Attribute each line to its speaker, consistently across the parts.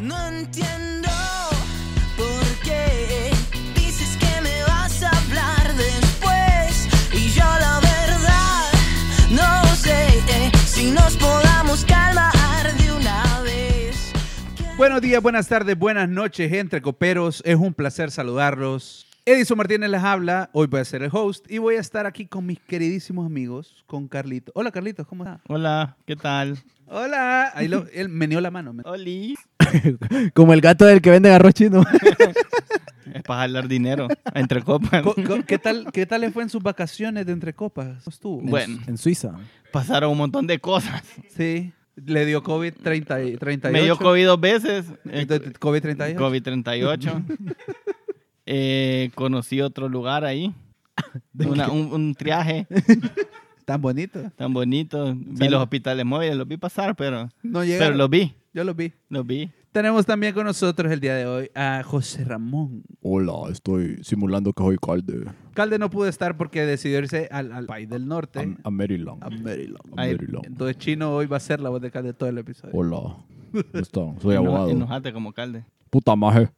Speaker 1: No entiendo por qué dices que me vas a hablar después y yo la verdad no sé si nos podamos calmar de una vez.
Speaker 2: Buenos días, buenas tardes, buenas noches, entre coperos. Es un placer saludarlos. Edison Martínez les habla. Hoy voy a ser el host y voy a estar aquí con mis queridísimos amigos, con Carlito. Hola, Carlitos, ¿cómo está?
Speaker 3: Hola, ¿qué tal?
Speaker 2: Hola. Ahí lo- él meneó la mano.
Speaker 3: Oli.
Speaker 4: Como el gato del que vende arroz chino.
Speaker 3: Es para jalar dinero entre copas.
Speaker 2: Co- co- ¿Qué tal, ¿Qué tal le fue en sus vacaciones de entre copas? ¿Cómo estuvo?
Speaker 3: Bueno,
Speaker 4: En Suiza.
Speaker 3: pasaron un montón de cosas.
Speaker 2: Sí. Le dio COVID 30, y- 38.
Speaker 3: Me dio COVID dos veces. eh,
Speaker 2: Entonces, COVID 38.
Speaker 3: COVID 38. Eh, conocí otro lugar ahí. Una- un, un triaje
Speaker 2: Tan bonito.
Speaker 3: tan bonito. Vi
Speaker 4: Sal-
Speaker 3: los hospitales móviles, los vi pasar, pero,
Speaker 2: No llega.
Speaker 3: pero los vi.
Speaker 2: Yo los vi.
Speaker 3: Los vi.
Speaker 2: Tenemos también con nosotros el día de hoy a José Ramón.
Speaker 4: Hola, estoy simulando que soy calde.
Speaker 2: Calde no pudo estar porque decidió irse al, al país del norte.
Speaker 4: A Maryland. A
Speaker 2: Ahí- entonces Chino hoy va a ser la voz de Calde todo el episodio.
Speaker 4: Hola. ¿Cómo están? Soy
Speaker 3: Eno-
Speaker 4: abogado.
Speaker 3: enojate como calde.
Speaker 4: Puta maje.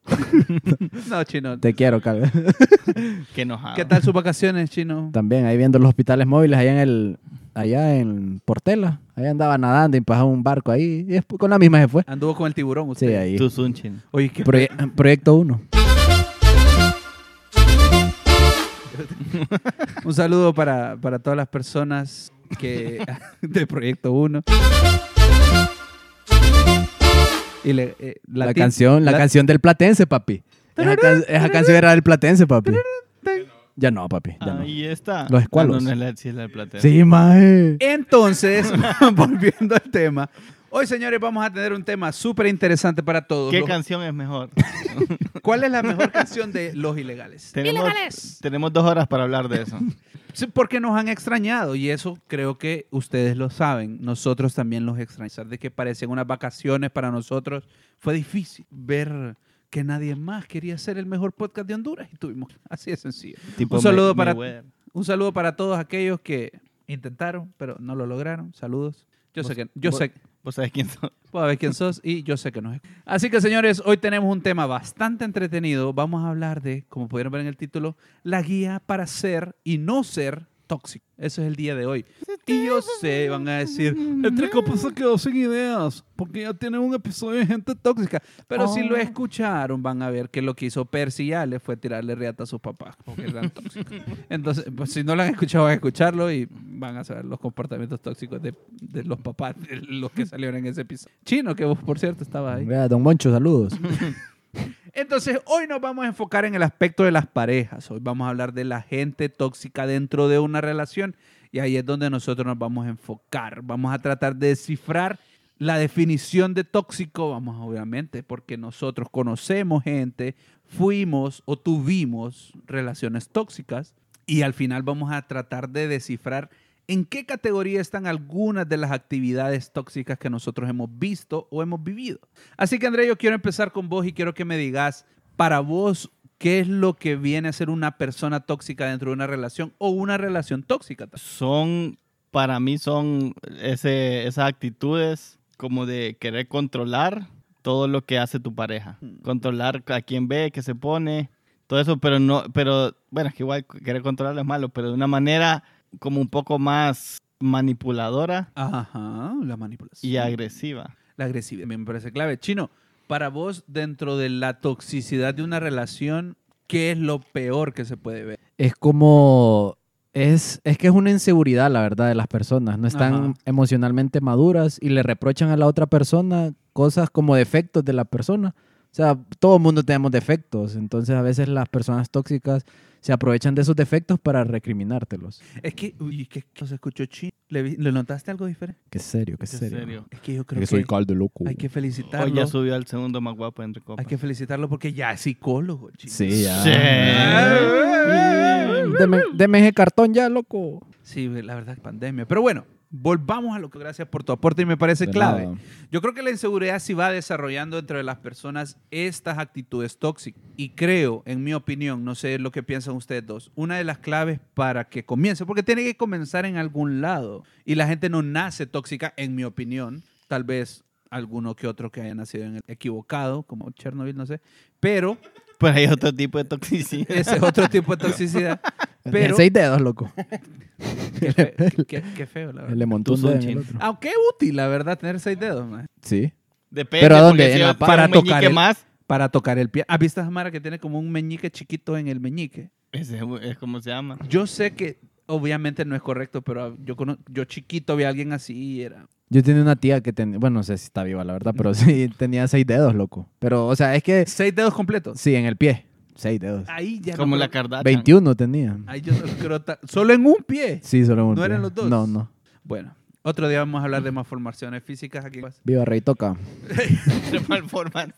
Speaker 2: No, Chino.
Speaker 5: Te quiero, Calve.
Speaker 3: Qué enojado.
Speaker 2: ¿Qué tal sus vacaciones, Chino?
Speaker 5: También ahí viendo los hospitales móviles allá en el allá en Portela. Ahí andaba nadando y pasaba un barco ahí. Y después con la misma se fue.
Speaker 2: Anduvo con el tiburón
Speaker 5: Sí,
Speaker 2: usted.
Speaker 5: ahí.
Speaker 3: Tu Sunchin.
Speaker 2: Oye, qué
Speaker 5: Proye- proyecto 1.
Speaker 2: Un saludo para, para todas las personas que de Proyecto 1. Y le- eh,
Speaker 5: La,
Speaker 2: tin-
Speaker 5: canción, la, canción del Platense, papi. Esa, can- esa canción era del Platense, papi. Ya no, papi. Ya no.
Speaker 3: Ahí está.
Speaker 5: Los escualos.
Speaker 3: Ah, No, no es la, sí, es la del platero.
Speaker 5: Sí, maje.
Speaker 2: Entonces, volviendo al tema. Hoy, señores, vamos a tener un tema súper interesante para todos.
Speaker 3: ¿Qué
Speaker 2: Los-
Speaker 3: canción es mejor?
Speaker 2: ¿Cuál es la mejor canción de Los Ilegales?
Speaker 3: Tenemos, tenemos dos horas para hablar de eso.
Speaker 2: Sí, Porque nos han extrañado y eso creo que ustedes lo saben. Nosotros también los extrañamos. A pesar De que parecían unas vacaciones para nosotros, fue difícil ver que nadie más quería ser el mejor podcast de Honduras y tuvimos. Así de sencillo.
Speaker 3: Tipo
Speaker 2: Un saludo
Speaker 3: May-
Speaker 2: para-
Speaker 3: Mayweather.
Speaker 2: Un saludo para todos aquellos que intentaron, pero no lo lograron. Saludos. Yo sé que, yo
Speaker 3: vos-
Speaker 2: sé,
Speaker 3: ¿Vos sabés quién son?
Speaker 2: puedo ver quién sos y yo sé que no es. Así que señores, hoy tenemos un tema bastante entretenido. Vamos a hablar de, como pudieron ver en el título, la guía para ser y no ser tóxico. Eso es el día de hoy. Y yo sé, van a decir, entre copas se quedó sin ideas porque ya tiene un episodio de gente tóxica. Pero si lo escucharon, van a ver que lo que hizo Percy y Ale fue tirarle reata a sus papás porque eran tóxicos. Entonces, pues, si no lo han escuchado, van a escucharlo y van a saber los comportamientos tóxicos de, de los papás, de los que salieron en ese episodio. Chino, que vos, por cierto, estabas ahí.
Speaker 5: Mira, Don Moncho, saludos.
Speaker 2: Entonces, hoy nos vamos a enfocar en el aspecto de las parejas. Hoy vamos a hablar de la gente tóxica dentro de una relación y ahí es donde nosotros nos vamos a enfocar. Vamos a tratar de descifrar la definición de tóxico, vamos obviamente, porque nosotros conocemos gente, fuimos o tuvimos relaciones tóxicas y al final vamos a tratar de descifrar en qué categoría están algunas de las actividades tóxicas que nosotros hemos visto o hemos vivido. Así que André, yo quiero empezar con vos y quiero que me digas, para vos, ¿qué es lo que viene a ser una persona tóxica dentro de una relación o una relación tóxica? también?
Speaker 3: Son, para mí son ese, esas actitudes como de querer controlar todo lo que hace tu pareja. Controlar a quién ve, qué se pone, todo eso, pero no, pero bueno, es que igual querer controlarlo es malo, pero de una manera como un poco más manipuladora
Speaker 2: Ajá, la manipulación.
Speaker 3: y agresiva.
Speaker 2: La agresividad. Me parece clave. Chino, para vos, dentro de la toxicidad de una relación, ¿qué es lo peor que se puede ver?
Speaker 5: Es como. Es, es que es una inseguridad, la verdad, de las personas. No están
Speaker 2: Ajá.
Speaker 5: emocionalmente maduras y le reprochan a la otra persona cosas como defectos de la persona. O sea, todo el mundo tenemos defectos. Entonces, a veces las personas tóxicas se aprovechan de esos defectos para recriminártelos.
Speaker 2: Es que, uy, que que se escuchó chino. ¿Le, vi- le notaste algo diferente?
Speaker 5: Qué serio, qué
Speaker 3: Qué
Speaker 5: serio.
Speaker 3: serio.
Speaker 2: Es que yo creo
Speaker 4: Que
Speaker 2: que,
Speaker 4: soy calde, loco.
Speaker 2: hay que felicitarlo.
Speaker 3: Hoy ya subió al segundo más guapo entre copas.
Speaker 2: hay que felicitarlo porque ya es psicólogo, chino.
Speaker 5: Sí, ya.
Speaker 3: Sí.
Speaker 5: Deme, deme ese cartón ya, loco.
Speaker 2: Sí, la verdad, pandemia. Pero bueno, volvamos a lo que gracias por tu aporte y me parece clave. Yo creo que la inseguridad sí va desarrollando entre las personas estas actitudes tóxicas. Y creo, en mi opinión, no sé lo que piensan ustedes dos, una de las claves para que comience, porque tiene que comenzar en algún lado. Y la gente no nace tóxica, en mi opinión. Tal vez alguno que otro que haya nacido en el equivocado, como Chernobyl, no sé. Pero
Speaker 3: Pero hay otro tipo de toxicidad.
Speaker 2: ese es otro tipo de toxicidad. Pero,
Speaker 5: Seis dedos, loco.
Speaker 2: qué, fe- qué- qué- qué feo, la verdad.
Speaker 5: Le montó un
Speaker 3: Tú
Speaker 5: dedo
Speaker 3: son
Speaker 5: en el
Speaker 3: chin. Ah.
Speaker 5: otro.
Speaker 2: Aunque es útil, la verdad, tener seis dedos, man,
Speaker 5: Sí.
Speaker 3: Depende.
Speaker 5: ¿Pero a dónde?
Speaker 3: porque si
Speaker 5: ¿En la
Speaker 3: yo tengo
Speaker 2: para
Speaker 3: un meñique
Speaker 2: tocar el-
Speaker 3: más,
Speaker 2: para tocar el pie. ¿Has visto a Mara que tiene como un meñique chiquito en el meñique?
Speaker 3: ese es, es como se llama.
Speaker 2: Yo sé que obviamente no es correcto, pero yo, cono- yo chiquito vi a alguien así y era...
Speaker 5: Yo tenía una tía que tenía, bueno, no sé si está viva, la verdad, pero sí tenía seis dedos, loco. Pero, o sea, es que,
Speaker 2: Seis dedos completos.
Speaker 5: sí, en el pie, seis dedos.
Speaker 2: Ahí ya no
Speaker 3: Como
Speaker 2: creo-
Speaker 3: la Kardashian.
Speaker 5: 21 tenía.
Speaker 2: Ahí yo no creo ta- Solo en un pie.
Speaker 5: Sí, solo en un
Speaker 2: Ah, ¿No eran
Speaker 5: pie.
Speaker 2: los dos?
Speaker 5: No, no.
Speaker 2: Bueno, otro día vamos a hablar de más formaciones físicas aquí.
Speaker 5: Viva Rey Toca.
Speaker 3: Entre malformaciones.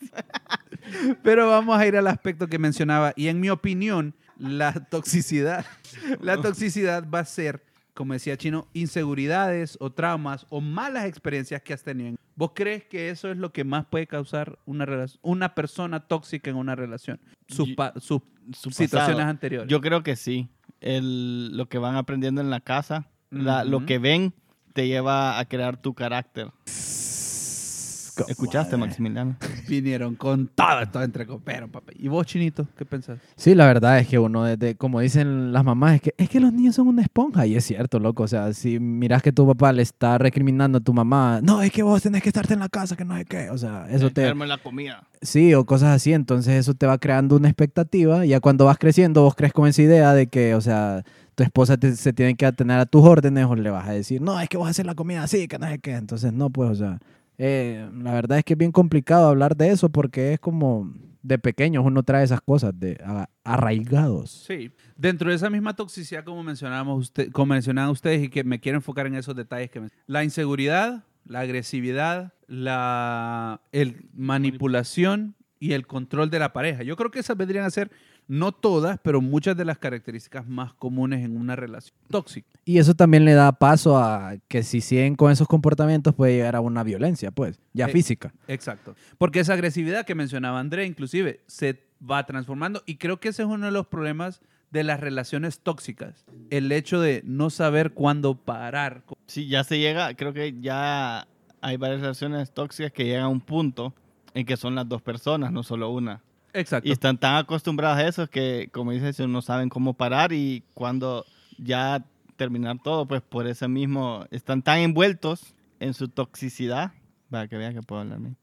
Speaker 2: Pero vamos a ir al aspecto que mencionaba. Y en mi opinión, la toxicidad, la toxicidad va a ser, como decía Chino, inseguridades o traumas o malas experiencias que has tenido. ¿Vos crees que eso es lo que más puede causar una, relac- una persona tóxica en una relación? Sus,
Speaker 3: Yo-
Speaker 2: pa- sus
Speaker 3: Su
Speaker 2: situaciones
Speaker 3: pasado.
Speaker 2: anteriores.
Speaker 3: Yo creo que sí. El- lo que van aprendiendo en la casa, la-
Speaker 2: Ujú.
Speaker 3: lo que ven, te lleva a crear tu carácter. ¿Escuchaste, Maximiliano?
Speaker 2: Vinieron con todo, todo entre coperos, papi. ¿Y vos, Chinito, qué pensás?
Speaker 5: Sí, la verdad es que uno, desde, como dicen las mamás, es que, es que los niños son una esponja. Y es cierto, loco. O sea, si miras que tu papá le está recriminando a tu mamá, no, es que vos tenés que estarte en la casa, que no sé qué. O sea, eso te...
Speaker 3: Meterme en la comida.
Speaker 5: Sí, o cosas así. Entonces eso te va creando una expectativa. Ya cuando vas creciendo, vos crees con esa idea de que, o sea, tu esposa te- se tiene que atener a tus órdenes o le vas a decir, no, es que vas a hacer la comida así, que no sé qué. Entonces, no, pues, o sea, eh, la verdad es que es bien complicado hablar de eso porque es como de pequeños uno trae esas cosas de a- arraigados.
Speaker 2: Sí. Dentro de esa misma toxicidad, como mencionábamos usted, como mencionaban ustedes, y que me quiero enfocar en esos detalles que men- La inseguridad, la agresividad, la el manipulación y el control de la pareja. Yo creo que esas vendrían a ser, no todas, pero muchas de las características más comunes en una relación tóxica.
Speaker 5: Y eso también le da paso a que si siguen con esos comportamientos puede llegar a una violencia, pues, ya
Speaker 2: Eh,
Speaker 5: física.
Speaker 2: Exacto. Porque esa agresividad que mencionaba André, inclusive, se va transformando. Y creo que ese es uno de los problemas de las relaciones tóxicas. El hecho de no saber cuándo parar.
Speaker 3: Sí, ya se llega, creo que ya hay varias relaciones tóxicas que llegan a un punto en que son las dos personas, no solo una.
Speaker 2: Exacto.
Speaker 3: Y están tan acostumbradas a eso que, como dices, no saben cómo parar y cuando ya terminar todo, pues por eso mismo están tan envueltos en su toxicidad, para que vean que puedo hablar bien,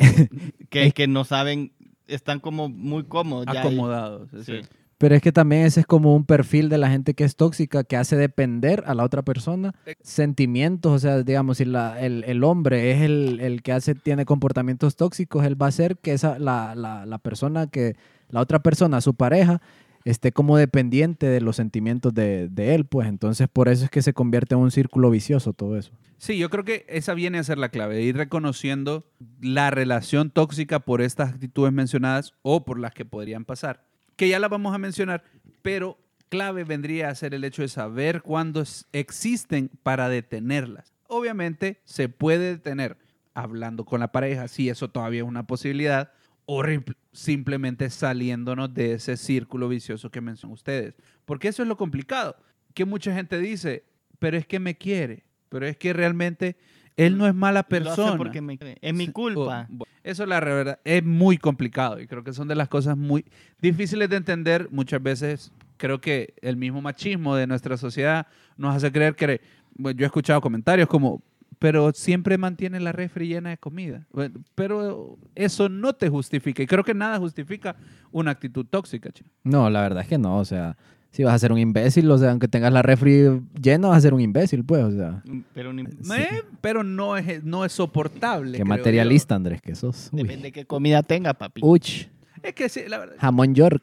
Speaker 3: que, que no saben, están como muy cómodos. ya ahí.
Speaker 2: acomodados. es
Speaker 3: Sí.
Speaker 2: cierto.
Speaker 5: Pero es que también ese es como un perfil de la gente que es tóxica, que hace depender a la otra persona sentimientos, o sea, digamos, si la- el, el hombre es el, el que hace, tiene comportamientos tóxicos, él va a hacer que esa, la, la- la persona que, la otra persona, su pareja, esté como dependiente de los sentimientos de, de él, pues entonces por eso es que se convierte en un círculo vicioso todo eso.
Speaker 2: Sí, yo creo que esa viene a ser la clave, ir reconociendo la relación tóxica por estas actitudes mencionadas o por las que podrían pasar, que ya las vamos a mencionar, pero clave vendría a ser el hecho de saber cuándo es- existen para detenerlas. Obviamente se puede detener hablando con la pareja, si eso todavía es una posibilidad, o rim- simplemente saliéndonos de ese círculo vicioso que mencionan ustedes. Porque eso es lo complicado, que mucha gente dice, pero es que me quiere, pero es que realmente él no es mala
Speaker 3: Lo hacen
Speaker 2: persona.
Speaker 3: porque me- es mi
Speaker 2: Sí, o-
Speaker 3: culpa.
Speaker 2: bu- eso la re- verdad es muy complicado y creo que son de las cosas muy difíciles de entender. Muchas veces creo que el mismo machismo de nuestra sociedad nos hace creer que, bueno, yo he escuchado comentarios como, pero siempre mantiene la refri llena de comida. Bueno, pero eso no te justifica y creo que nada justifica una actitud tóxica. chino.
Speaker 5: No, la verdad es que no, o sea, si vas a ser un imbécil, o sea, aunque tengas la refri llena, vas a ser un imbécil, pues, o sea,
Speaker 3: mm, Pero ni-
Speaker 2: Eh, Pero no es, no es soportable.
Speaker 5: qué
Speaker 2: creo yo.
Speaker 5: materialista, Andrés, que sos. Uy.
Speaker 3: depende de qué comida tenga, papi.
Speaker 5: Uch.
Speaker 2: Es que sí, la verdad.
Speaker 5: Jamón York.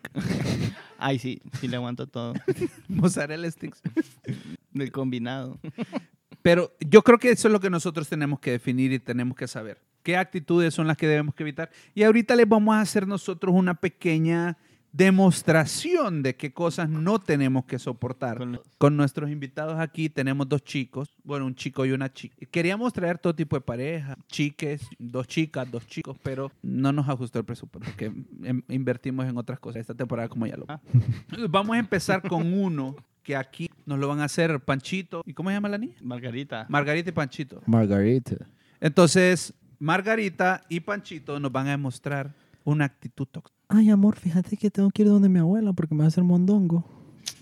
Speaker 3: Ay, sí, sí le aguanto todo.
Speaker 2: Mozzarella sticks.
Speaker 3: El combinado.
Speaker 2: Pero yo creo que eso es lo que nosotros tenemos que definir y tenemos que saber. ¿Qué actitudes son las que debemos que evitar? Y ahorita les vamos a hacer nosotros una pequeña demostración de qué cosas no tenemos que soportar.
Speaker 3: Con los-
Speaker 2: Con nuestros invitados aquí tenemos dos chicos, bueno, un chico y una chica. Queríamos traer todo tipo de parejas, chiques, dos chicas, dos chicos, pero no nos ajustó el presupuesto, que em, invertimos en otras cosas esta temporada como ya lo...
Speaker 3: Ah.
Speaker 2: Vamos a empezar con uno que aquí nos lo van a hacer Panchito. ¿Y cómo se llama la niña?
Speaker 3: Margarita.
Speaker 2: Margarita y Panchito.
Speaker 5: Margarita.
Speaker 2: Entonces, Margarita y Panchito nos van a demostrar una actitud tóxica.
Speaker 5: Ay, amor, fíjate que tengo que ir donde mi abuela porque me va a hacer mondongo.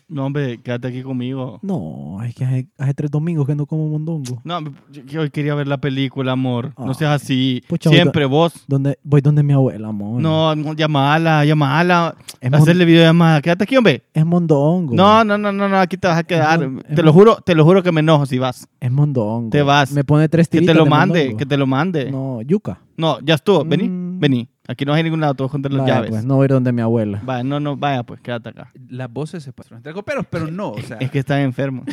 Speaker 3: No, hombre, quédate aquí conmigo.
Speaker 5: No, es que hace, hace tres domingos que no como mondongo.
Speaker 3: No, yo, yo quería ver la película, amor. No seas así.
Speaker 5: Pucha,
Speaker 3: Siempre vos.
Speaker 5: Donde, voy donde mi abuela, amor.
Speaker 3: No, no, llamala, llamala.
Speaker 5: Es mon-
Speaker 3: Hacerle videollamada. Quédate aquí, hombre.
Speaker 5: Es mondongo.
Speaker 3: No, no, no, no, no, aquí te vas a quedar.
Speaker 5: mon- es
Speaker 3: Te lo juro, te lo juro que me enojo si vas.
Speaker 5: Es mondongo.
Speaker 3: Te vas.
Speaker 5: Me pone tres
Speaker 3: Que
Speaker 5: tiritas
Speaker 3: te lo
Speaker 5: de
Speaker 3: mande,
Speaker 5: mondongo.
Speaker 3: que te lo mande. No,
Speaker 5: No, yuca.
Speaker 3: ya estuvo. Vení,
Speaker 5: Mm.
Speaker 3: vení. Aquí no hay ningún lado, todos contra las
Speaker 5: Vaya,
Speaker 3: llaves.
Speaker 5: pues, no voy a ir donde mi abuela.
Speaker 3: Vaya, no, no, vaya, pues quédate acá.
Speaker 2: Las voces se pasaron entre coperos, pero no. O sea,
Speaker 3: Es que están enfermos.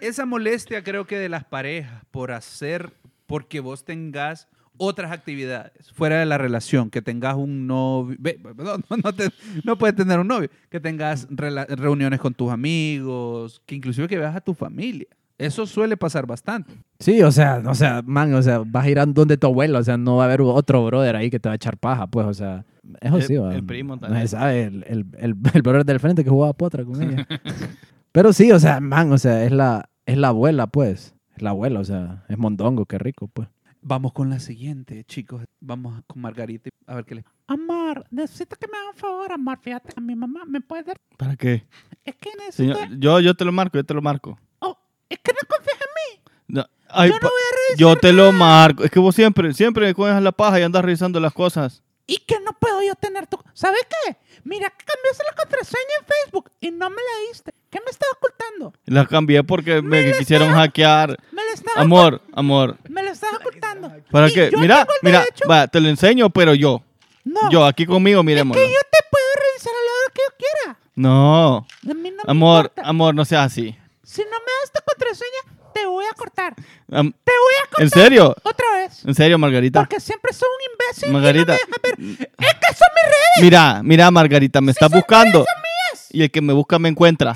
Speaker 2: esa molestia creo que de las parejas por hacer, porque vos tengas otras actividades fuera de la relación, que tengas un novio, ve, perdón, no, te- no puedes tener un novio, que tengas rela- reuniones con tus amigos, que inclusive que veas a tu familia. Eso suele pasar bastante.
Speaker 5: Sí, o sea, o sea, man, o sea, vas a ir a donde tu abuela, o sea, no va a haber otro brother ahí que te va a echar paja, pues, o sea, eso
Speaker 3: El-
Speaker 5: sí, va.
Speaker 3: el primo
Speaker 5: No
Speaker 3: también.
Speaker 5: se sabe, el, el, el, el brother del frente que jugaba potra con ella. Pero sí, o sea, man, o sea, es la, es la abuela, pues, es la abuela, o sea, es mondongo, qué rico, pues.
Speaker 2: Vamos con la siguiente, chicos. Vamos con Margarita y a ver qué le...
Speaker 6: Amor, necesito que me haga un favor, amor. Fíjate, a mi mamá me puede dar.
Speaker 3: ¿Para qué?
Speaker 6: Es que necesito.
Speaker 3: Señor, yo, yo te lo marco, yo te lo marco.
Speaker 6: Oh, es que no confías en
Speaker 3: No, ay,
Speaker 6: Yo no
Speaker 3: pa-
Speaker 6: voy a revisar.
Speaker 3: yo te lo marco. Es que vos siempre, siempre me coges la paja y andas revisando las cosas.
Speaker 6: Y que no puedo yo tener tu. ¿Sabes qué? Mira que cambiaste la contraseña en Facebook y no me la diste. ¿Qué me estás ocultando?
Speaker 3: Las cambié porque me quisieron hackear.
Speaker 6: Me la estás
Speaker 3: Amor, amor.
Speaker 6: Me la estás ocultando.
Speaker 3: ¿Para
Speaker 6: Y
Speaker 3: qué?
Speaker 6: yo
Speaker 3: Mira,
Speaker 6: tengo el
Speaker 3: mira,
Speaker 6: derecho-
Speaker 3: va, te lo enseño, pero yo.
Speaker 6: No.
Speaker 3: Yo, aquí conmigo,
Speaker 6: es
Speaker 3: miremos.
Speaker 6: que yo te puedo revisar a la hora que yo quiera.
Speaker 3: No.
Speaker 6: A mí no me
Speaker 3: Amor,
Speaker 6: importa.
Speaker 3: amor, no seas así.
Speaker 6: Si no me das tu contraseña, te voy a cortar. Te
Speaker 3: Am-
Speaker 6: voy a cortar.
Speaker 3: ¿En serio?
Speaker 6: Otra vez.
Speaker 3: ¿En serio, Margarita?
Speaker 6: Porque siempre soy un imbécil.
Speaker 3: Margarita.
Speaker 6: Y no me dejas ver. Es que son mis redes.
Speaker 3: Mira, mira, Margarita, me estás
Speaker 6: son
Speaker 3: buscando.
Speaker 6: redes, son mías.
Speaker 3: Y el que me busca me encuentra.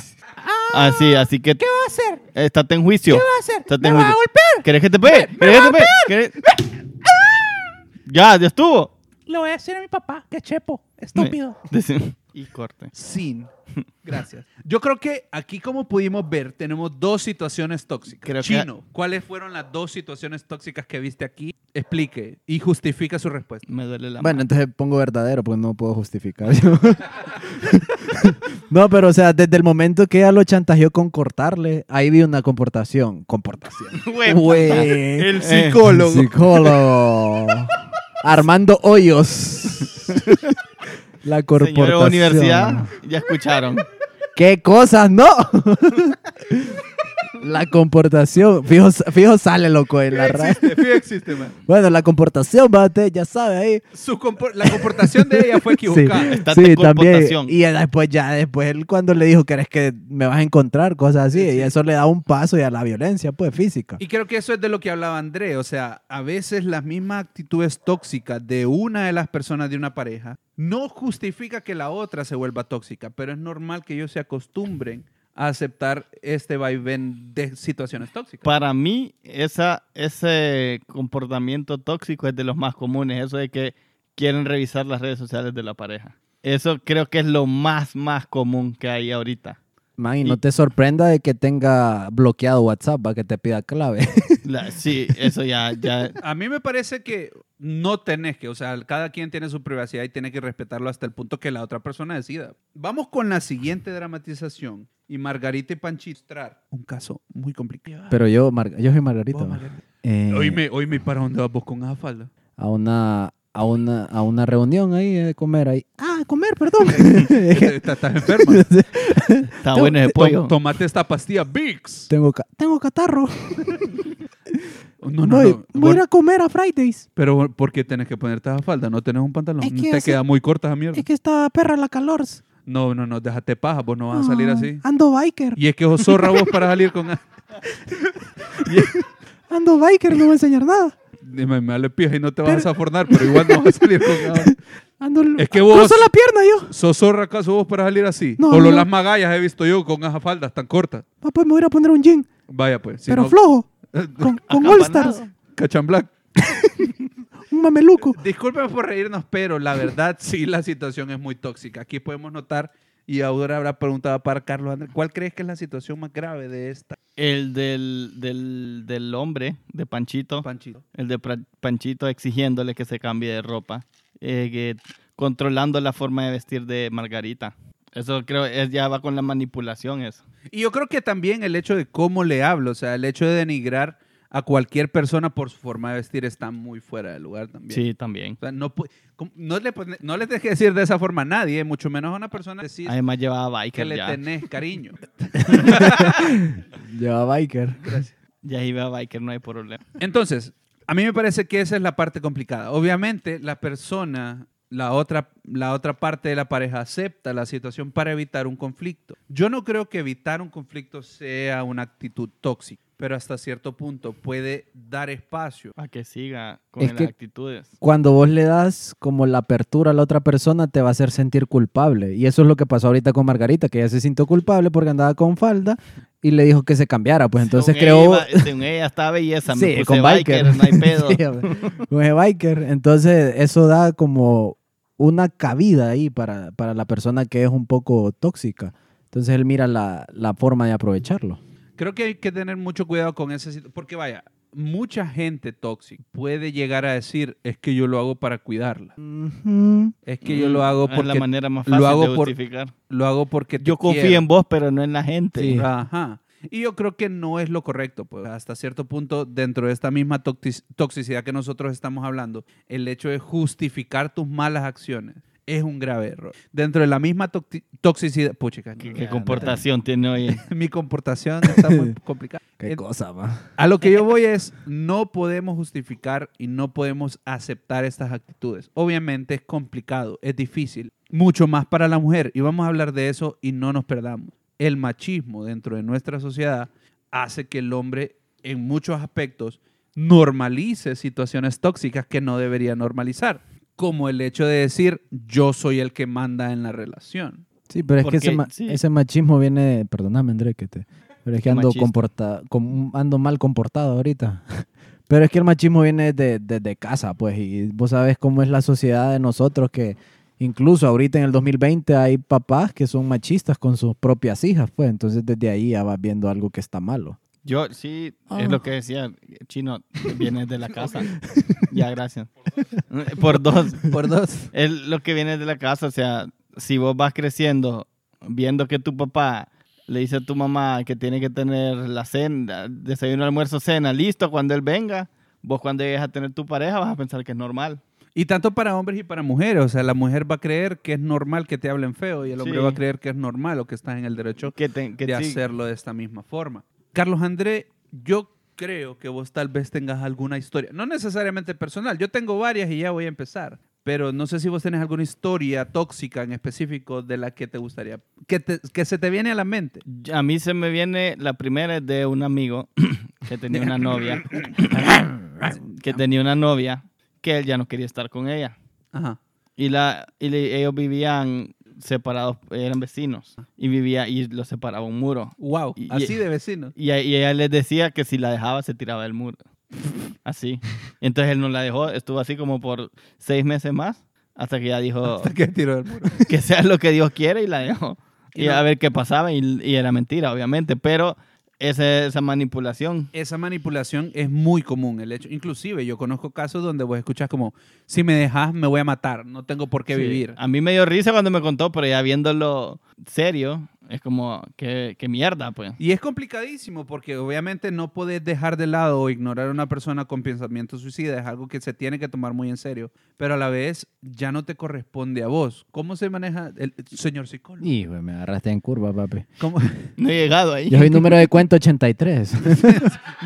Speaker 6: Ah,
Speaker 3: Así, así que
Speaker 6: ¿Qué va a hacer?
Speaker 3: estate en juicio.
Speaker 6: ¿Qué va a hacer?
Speaker 3: Estate
Speaker 6: ¿Me
Speaker 3: en
Speaker 6: va a
Speaker 3: juicio.
Speaker 6: golpear?
Speaker 3: ¿Querés que te pegue? ¿Querés
Speaker 6: va
Speaker 3: que
Speaker 6: a ¡Ah!
Speaker 3: te pegue? ¿Querés- Ya, ya estuvo.
Speaker 6: Le voy a decir a mi papá que chepo. Estúpido.
Speaker 3: Dec- Y corte.
Speaker 2: Sin. Gracias. Yo creo que aquí, como pudimos ver, tenemos dos situaciones tóxicas.
Speaker 3: Creo que-
Speaker 2: Chino, ¿cuáles fueron las dos situaciones tóxicas que viste aquí? Explique y justifica su respuesta.
Speaker 3: Me duele la
Speaker 5: Bueno,
Speaker 3: mano.
Speaker 5: entonces pongo verdadero porque no puedo justificar. no, pero o sea, desde el momento que ella lo chantajeó con cortarle, ahí vi una comportación. Comportación.
Speaker 3: Güey,
Speaker 5: Güey.
Speaker 3: el
Speaker 5: Eh,
Speaker 3: psicólogo.
Speaker 5: psicólogo. Armando Hoyos. La corporación.
Speaker 3: Señores de universidad, ya escucharon.
Speaker 5: ¿Qué cosas? ¡No! la comportación. Fijo, fijo sale, loco, en la radio.
Speaker 2: Existe, fijo, existe, man.
Speaker 5: Bueno, la comportación, bate, ya sabe ahí.
Speaker 2: Su compor- la comportación de ella fue equivocada.
Speaker 3: Está
Speaker 5: sí,
Speaker 3: de
Speaker 5: también.
Speaker 3: comportación.
Speaker 5: Y ya después, ya después, él cuando le dijo que eres que me vas a encontrar, cosas así, y eso le da un paso y a la violencia, pues, física.
Speaker 2: Y creo que eso es de lo que hablaba André. O sea, a veces las mismas actitudes tóxicas de una de las personas de una pareja no justifica que la otra se vuelva tóxica, pero es normal que ellos se acostumbren a aceptar este vaivén de situaciones tóxicas.
Speaker 3: Para mí, esa, ese comportamiento tóxico es de los más comunes, eso de que quieren revisar las redes sociales de la pareja. Eso creo que es lo más, más común que hay ahorita.
Speaker 5: Man, y no
Speaker 3: y-
Speaker 5: te sorprenda de que tenga bloqueado WhatsApp para que te pida clave.
Speaker 3: La- sí, eso ya, ya.
Speaker 2: A mí me parece que no tenés que, o sea, cada quien tiene su privacidad y tiene que respetarlo hasta el punto que la otra persona decida. Vamos con la siguiente dramatización y Margarita y Panchistrar. Un caso muy complicado.
Speaker 5: Pero yo, Mar- yo soy Margarita.
Speaker 2: Vos,
Speaker 5: man.
Speaker 2: Margarita.
Speaker 5: Eh,
Speaker 2: Oíme, oíme, ¿para dónde vas vos con Afalda?
Speaker 5: a una a una a una reunión ahí eh, de comer ahí. Ah, comer, perdón.
Speaker 2: Estás enferma.
Speaker 3: Está bueno ese
Speaker 5: Tom-
Speaker 3: pollo.
Speaker 2: Tomate esta pastilla, Vicks.
Speaker 5: tengo ca- tengo catarro.
Speaker 2: No, no,
Speaker 5: voy,
Speaker 2: no.
Speaker 5: voy a ir
Speaker 2: Vos-
Speaker 5: a comer a Fridays.
Speaker 2: Pero ¿por qué tenés que ponerte esa falda? ¿No tenés un pantalón?
Speaker 5: Es que
Speaker 2: Te
Speaker 5: hace-
Speaker 2: queda muy corta esa mierda.
Speaker 5: Es que esta perra la calor.
Speaker 2: No, no, no, déjate paja, vos no vas a salir
Speaker 5: Ah,
Speaker 2: así.
Speaker 5: Ando biker.
Speaker 2: Y es que os zorra vos para salir con...
Speaker 5: Ando biker, no voy a enseñar nada.
Speaker 2: Dime, me vale pija y no te vas a fornar, pero igual no vas a salir con nada.
Speaker 5: Ando
Speaker 2: Es que vos-
Speaker 5: cruzo la pierna yo.
Speaker 2: ¿Sos zorra acaso vos para salir así?
Speaker 5: No,
Speaker 2: o lo-
Speaker 5: no.
Speaker 2: las magallas he visto yo con esas faldas tan cortas.
Speaker 5: Ah, pues me voy a ir a poner un jean,
Speaker 2: Vaya pues. si
Speaker 5: pero
Speaker 2: no-
Speaker 5: flojo. Con, con All Stars,
Speaker 2: Cachamblac.
Speaker 5: un mameluco.
Speaker 2: Disculpen por reírnos, pero la verdad sí la situación es muy tóxica. Aquí podemos notar Y ahora habrá preguntado para Carlos Andrés, ¿cuál crees que es la situación más grave de esta
Speaker 3: El del, del, del hombre, de Panchito.
Speaker 2: Panchito?
Speaker 3: el de Pra- Panchito exigiéndole que se cambie de ropa, eh, que- controlando la forma de vestir de Margarita. Eso creo es ya va con la manipulación eso.
Speaker 2: Y yo creo que también el hecho de cómo le hablo, o sea, el hecho de denigrar a cualquier persona por su forma de vestir está muy fuera de lugar también.
Speaker 3: Sí, también.
Speaker 2: O sea, no, pu- com- no le, pone- no le tenés que decir de esa forma a nadie, mucho menos a una persona que sí
Speaker 3: Además llevaba
Speaker 2: que
Speaker 3: biker
Speaker 2: le
Speaker 3: ya.
Speaker 2: tenés cariño.
Speaker 5: Lleva biker.
Speaker 3: Ya iba biker, no hay problema.
Speaker 2: Entonces, a mí me parece que esa es la parte complicada. Obviamente, la persona, la otra, la otra parte de la pareja acepta la situación para evitar un conflicto. Yo no creo que evitar un conflicto sea una actitud tóxica, pero hasta cierto punto puede dar espacio.
Speaker 3: A que siga con
Speaker 5: Es
Speaker 3: las
Speaker 5: que-
Speaker 2: pues
Speaker 3: actitudes.
Speaker 5: Cuando vos le das como la apertura a la otra persona, te va a hacer sentir culpable. Y eso es lo que pasó ahorita con Margarita, que ella se sintió culpable porque andaba con falda y le dijo que se cambiara. Pues entonces
Speaker 3: Según
Speaker 5: creó...
Speaker 3: ella iba- según ella estaba belleza, me puse
Speaker 5: con
Speaker 3: biker, no hay pedo.
Speaker 5: Sí, a ver, con el biker. Entonces, eso da como una cabida ahí para, para la persona que es un poco tóxica. Entonces, él mira la, la forma de aprovecharlo.
Speaker 2: Creo que hay que tener mucho cuidado con ese sit- porque vaya, mucha gente tóxica puede llegar a decir, es que yo lo hago para cuidarla, es que yo lo hago
Speaker 3: Mm, es la
Speaker 2: porque
Speaker 3: manera más
Speaker 2: lo
Speaker 3: fácil
Speaker 2: hago
Speaker 3: de
Speaker 2: por-
Speaker 3: justificar.
Speaker 2: lo hago porque te
Speaker 3: Yo confío
Speaker 2: quiero".
Speaker 3: en vos, pero no en la gente.
Speaker 5: Sí.
Speaker 2: Ajá. Y yo creo que no es lo correcto, pues hasta cierto punto, dentro de esta misma tocti- toxicidad que nosotros estamos hablando, el hecho de justificar tus malas acciones es un grave error. Dentro de la misma tocti- toxicidad, puchica,
Speaker 3: ¿Qué,
Speaker 2: no,
Speaker 3: qué
Speaker 2: ya,
Speaker 3: comportación tiene hoy?
Speaker 2: no, mi comportación está muy complicada.
Speaker 5: Qué
Speaker 2: En-
Speaker 5: cosa, va.
Speaker 2: A lo que yo voy es, no podemos justificar y no podemos aceptar estas actitudes. Obviamente es complicado, es difícil, mucho más para la mujer. Y vamos a hablar de eso y no nos perdamos. El machismo dentro de nuestra sociedad hace que el hombre, en muchos aspectos, normalice situaciones tóxicas que no debería normalizar. Como el hecho de decir, yo soy el que manda en la relación.
Speaker 5: Sí, pero es
Speaker 3: Porque,
Speaker 5: que ese, ma-
Speaker 3: sí.
Speaker 5: ese machismo viene. Perdóname, André, que te. Pero es que ando,
Speaker 3: machista.
Speaker 5: comporta, com- ando mal comportado ahorita. Pero es que el machismo viene desde de, de casa, pues. Y vos sabes cómo es la sociedad de nosotros, que incluso ahorita en el 2020 hay papás que son machistas con sus propias hijas, pues. Entonces desde ahí ya vas viendo algo que está malo.
Speaker 3: Yo sí, es lo que decía Chino, vienes de la casa. ya, gracias. Por dos.
Speaker 5: Por dos.
Speaker 3: Es lo que viene de la casa, o sea, si vos vas creciendo viendo que tu papá le dice a tu mamá que tiene que tener la cena, desayuno, almuerzo, cena, listo cuando él venga, vos cuando llegues a tener tu pareja vas a pensar que es normal.
Speaker 2: Y tanto para hombres y para mujeres. O sea, la mujer va a creer que es normal que te hablen feo y el hombre
Speaker 3: Sí.
Speaker 2: va a creer que es normal o que estás en el derecho
Speaker 3: Que te- que
Speaker 2: de
Speaker 3: sí.
Speaker 2: hacerlo de esta misma forma. Carlos André, yo creo que vos tal vez tengas alguna historia, no necesariamente personal, yo tengo varias y ya voy a empezar, pero no sé si vos tenés alguna historia tóxica en específico de la que te gustaría, que, te- que se te viene a la mente.
Speaker 3: A mí se me viene la primera es de un amigo que tenía una novia, que tenía una novia que él ya no quería estar con ella.
Speaker 2: Ajá.
Speaker 3: Y, la, y le- ellos vivían separados, eran vecinos.
Speaker 2: Ah.
Speaker 3: Y vivía y los separaba un muro.
Speaker 2: Wow,
Speaker 3: Y-
Speaker 2: así de vecino.
Speaker 3: Y, a- y ella les decía que si la dejaba se tiraba del muro. Así. Entonces él no la dejó, estuvo así como por seis meses más, hasta que ya dijo
Speaker 2: Hasta que tiró del muro.
Speaker 3: que sea lo que Dios quiere y la dejó.
Speaker 2: Y
Speaker 3: Y,
Speaker 2: no-
Speaker 3: a ver qué pasaba, y, y era mentira, obviamente, pero esa, esa manipulación.
Speaker 2: Esa manipulación es muy común, el hecho. Inclusive yo conozco casos donde vos escuchás como, si me dejas me voy a matar, no tengo por qué
Speaker 3: Sí.
Speaker 2: vivir.
Speaker 3: A mí me dio risa cuando me contó, pero ya viéndolo serio, es como, qué, qué mierda, pues.
Speaker 2: Y es complicadísimo porque obviamente no podés dejar de lado o ignorar a una persona con pensamiento suicida. Es algo que se tiene que tomar muy en serio. Pero a la vez ya no te corresponde a vos. ¿Cómo se maneja el señor psicólogo?
Speaker 5: Hijo, me agarraste en curva, papi.
Speaker 2: ¿Cómo-
Speaker 3: No he llegado ahí.
Speaker 5: Yo soy número de cuenta 83.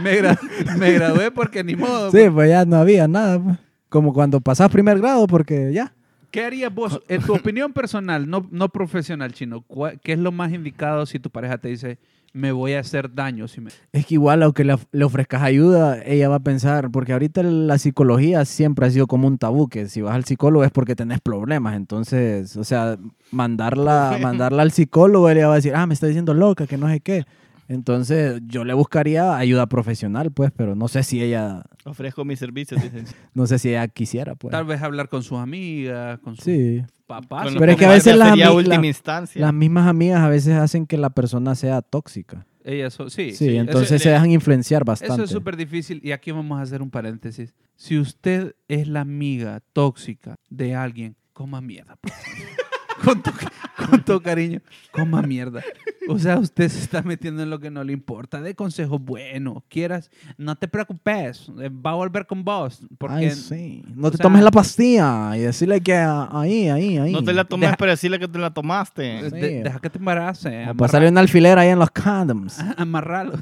Speaker 2: Me, gra- me gradué porque ni modo.
Speaker 5: sí, pues ya no había nada. pues. Como cuando pasás primer grado, porque ya.
Speaker 2: ¿Qué harías vos? En tu opinión personal, no, no profesional, chino, ¿cuá- ¿qué es lo más indicado si tu pareja te dice, me voy a hacer daño? Si me...
Speaker 5: Es que igual, aunque le, of- le ofrezcas ayuda, ella va a pensar, porque ahorita la psicología siempre ha sido como un tabú, que si vas al psicólogo es porque tenés problemas. Entonces, o sea, mandarla, mandarla al psicólogo, ella va a decir, ah, me está diciendo loca, que no sé qué. Entonces yo le buscaría ayuda profesional, pues, pero no sé si ella,
Speaker 3: Ofrezco mis servicios, dicen.
Speaker 5: no sé si ella quisiera, pues.
Speaker 2: Tal vez hablar con sus amigas, con sus
Speaker 5: Ah, Sí.
Speaker 2: papás.
Speaker 3: Con
Speaker 2: sus
Speaker 3: los
Speaker 5: Pero es que a
Speaker 2: compadres.
Speaker 3: compadres
Speaker 5: veces las
Speaker 3: sería
Speaker 5: ami-
Speaker 3: última
Speaker 5: la-
Speaker 3: instancia.
Speaker 5: Las mismas amigas a veces hacen que la persona sea tóxica.
Speaker 2: Ellas son- sí,
Speaker 5: Sí,
Speaker 2: sí, eso-
Speaker 5: entonces se
Speaker 2: le-
Speaker 5: dejan influenciar bastante.
Speaker 2: Eso es súper difícil y aquí vamos a hacer un paréntesis. Si usted es la amiga tóxica de alguien, coma mierda. por favor. con, tu, con todo cariño, coma mierda. O sea, usted se está metiendo en lo que no le importa. De consejos buenos, quieras, no te preocupes, eh, va a volver con vos. Porque
Speaker 5: Ay, sí. No
Speaker 2: o
Speaker 5: te
Speaker 2: sea-
Speaker 5: tomes la pastilla y decirle que ah, ahí, ahí, ahí.
Speaker 3: No te la tomes,
Speaker 2: Deja-
Speaker 3: pero decirle que te la tomaste.
Speaker 2: de-
Speaker 5: Sí.
Speaker 2: deja que te embarace.
Speaker 5: O pasarle un alfiler ahí en los condoms.
Speaker 2: Amarralo.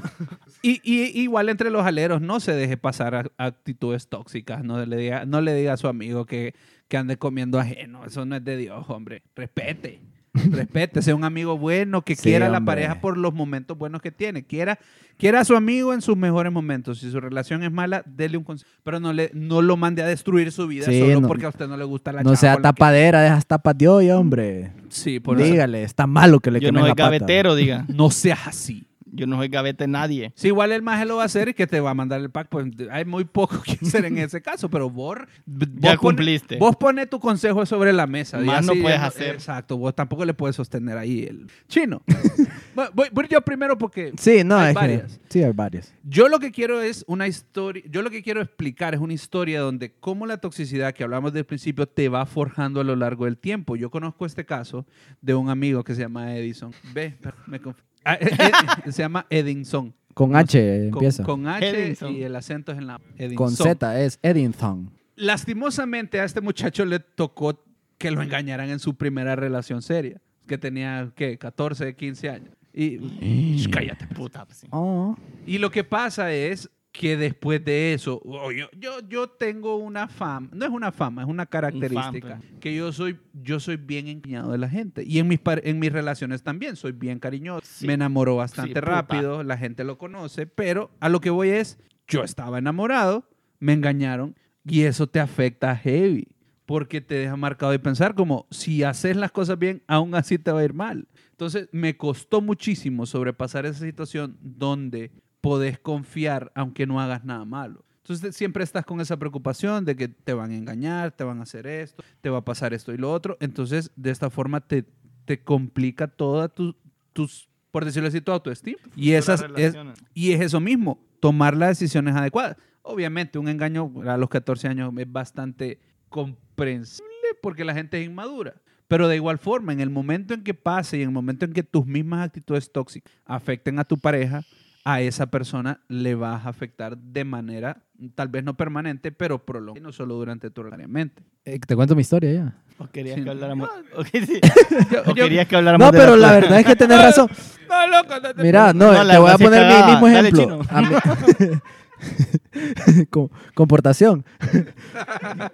Speaker 2: Y, y- igual entre los aleros, no se deje pasar a- actitudes tóxicas. No le diga, no le diga a su amigo que, que ande comiendo ajeno. Eso no es de Dios, hombre. Respete. Respete, sea un amigo bueno, que
Speaker 5: Sí,
Speaker 2: quiera a la
Speaker 5: hombre.
Speaker 2: pareja por los momentos buenos que tiene. Quiera, quiera a su amigo en sus mejores momentos. Si su relación es mala, dele un consejo. Pero no, le, no lo mande a destruir su vida
Speaker 5: Sí,
Speaker 2: solo
Speaker 5: no-
Speaker 2: porque a usted no le gusta la
Speaker 5: No
Speaker 2: chava
Speaker 5: sea
Speaker 2: con la que-
Speaker 5: tapadera, dejas tapas de hoy, hombre.
Speaker 2: Sí, por eso.
Speaker 5: Dígale, está malo que le
Speaker 3: Yo no
Speaker 5: quemen
Speaker 3: soy
Speaker 5: la pata.
Speaker 3: gavetero, diga.
Speaker 2: No seas así.
Speaker 3: Yo no soy gavete nadie.
Speaker 2: Si igual el maje lo va a hacer y que te va a mandar el pack, pues hay muy poco que hacer en ese caso, pero vos,
Speaker 3: Ya
Speaker 2: vos pone,
Speaker 3: cumpliste.
Speaker 2: vos pone tu consejo sobre la mesa.
Speaker 3: Más
Speaker 2: ya
Speaker 3: no
Speaker 2: si-
Speaker 3: puedes
Speaker 2: ya
Speaker 3: hacer.
Speaker 2: Exacto, vos tampoco le puedes sostener ahí el chino. Bueno, voy, voy yo primero porque
Speaker 5: Sí, no,
Speaker 2: Hay
Speaker 5: es que-
Speaker 2: varias.
Speaker 5: sí, hay varias.
Speaker 2: yo lo que quiero es una historia, yo lo que quiero explicar es una historia donde cómo la toxicidad que hablamos del principio te va forjando a lo largo del tiempo. Yo conozco este caso de un amigo que se llama Edison. Ve, me conf- Ah, eh, eh, se llama Edinson.
Speaker 5: Con H
Speaker 2: Con-
Speaker 5: empieza. Con,
Speaker 2: Con, H
Speaker 3: Edinson.
Speaker 2: y el acento es en la Edinson.
Speaker 5: Z es Eddington.
Speaker 2: Lastimosamente a este muchacho le tocó que lo engañaran en su primera relación seria, que tenía, ¿qué? 14, 15 años. Y Sh, cállate, puta.
Speaker 3: pues
Speaker 5: Oh.
Speaker 2: Y lo que pasa es que después de eso, oh, yo, yo, yo tengo una fama, no es una fama, es una característica,
Speaker 3: pues.
Speaker 2: que yo soy, yo soy bien empeñado de la gente. Y en mis, par- en mis relaciones también, soy bien cariñoso.
Speaker 3: Sí.
Speaker 2: Me enamoro bastante
Speaker 3: puta.
Speaker 2: rápido, la gente lo conoce, pero a lo que voy es, yo estaba enamorado, me engañaron y eso te afecta heavy. Porque te deja marcado de pensar como si haces las cosas bien, aún así te va a ir mal. Entonces, me costó muchísimo sobrepasar esa situación donde podés confiar aunque no hagas nada malo. Entonces, te- siempre estás con esa preocupación de que te van a engañar, te van a hacer esto, te va a pasar esto y lo otro. Entonces, de esta forma te, te complica toda tu, tus, por decirlo así, toda tu estima. Y, esas, es, y es eso mismo, tomar las decisiones adecuadas. Obviamente, un engaño a los 14 años es bastante comprensible porque la gente es inmadura. Pero de igual forma, en el momento en que pase y en el momento en que tus mismas actitudes tóxicas afecten a tu pareja, a esa persona le vas a afectar de manera, tal vez no permanente, pero prolongada, y no solo durante tu relacionamiento.
Speaker 5: Eh, te cuento mi historia ya.
Speaker 3: ¿O querías
Speaker 2: Sí.
Speaker 3: que habláramos? Ok, sí.
Speaker 2: Yo-
Speaker 3: ¿O
Speaker 2: yo-
Speaker 3: querías que habláramos
Speaker 5: No,
Speaker 3: de
Speaker 5: pero
Speaker 3: la-
Speaker 5: la verdad es que tenés razón.
Speaker 2: No, loco, no te
Speaker 5: Mira, no,
Speaker 3: No, la
Speaker 5: te voy
Speaker 3: gracia
Speaker 5: a
Speaker 3: es
Speaker 5: poner mi
Speaker 3: cagada.
Speaker 5: mismo
Speaker 3: Dale,
Speaker 5: ejemplo.
Speaker 3: chino.
Speaker 5: A mi- Com- Comportación.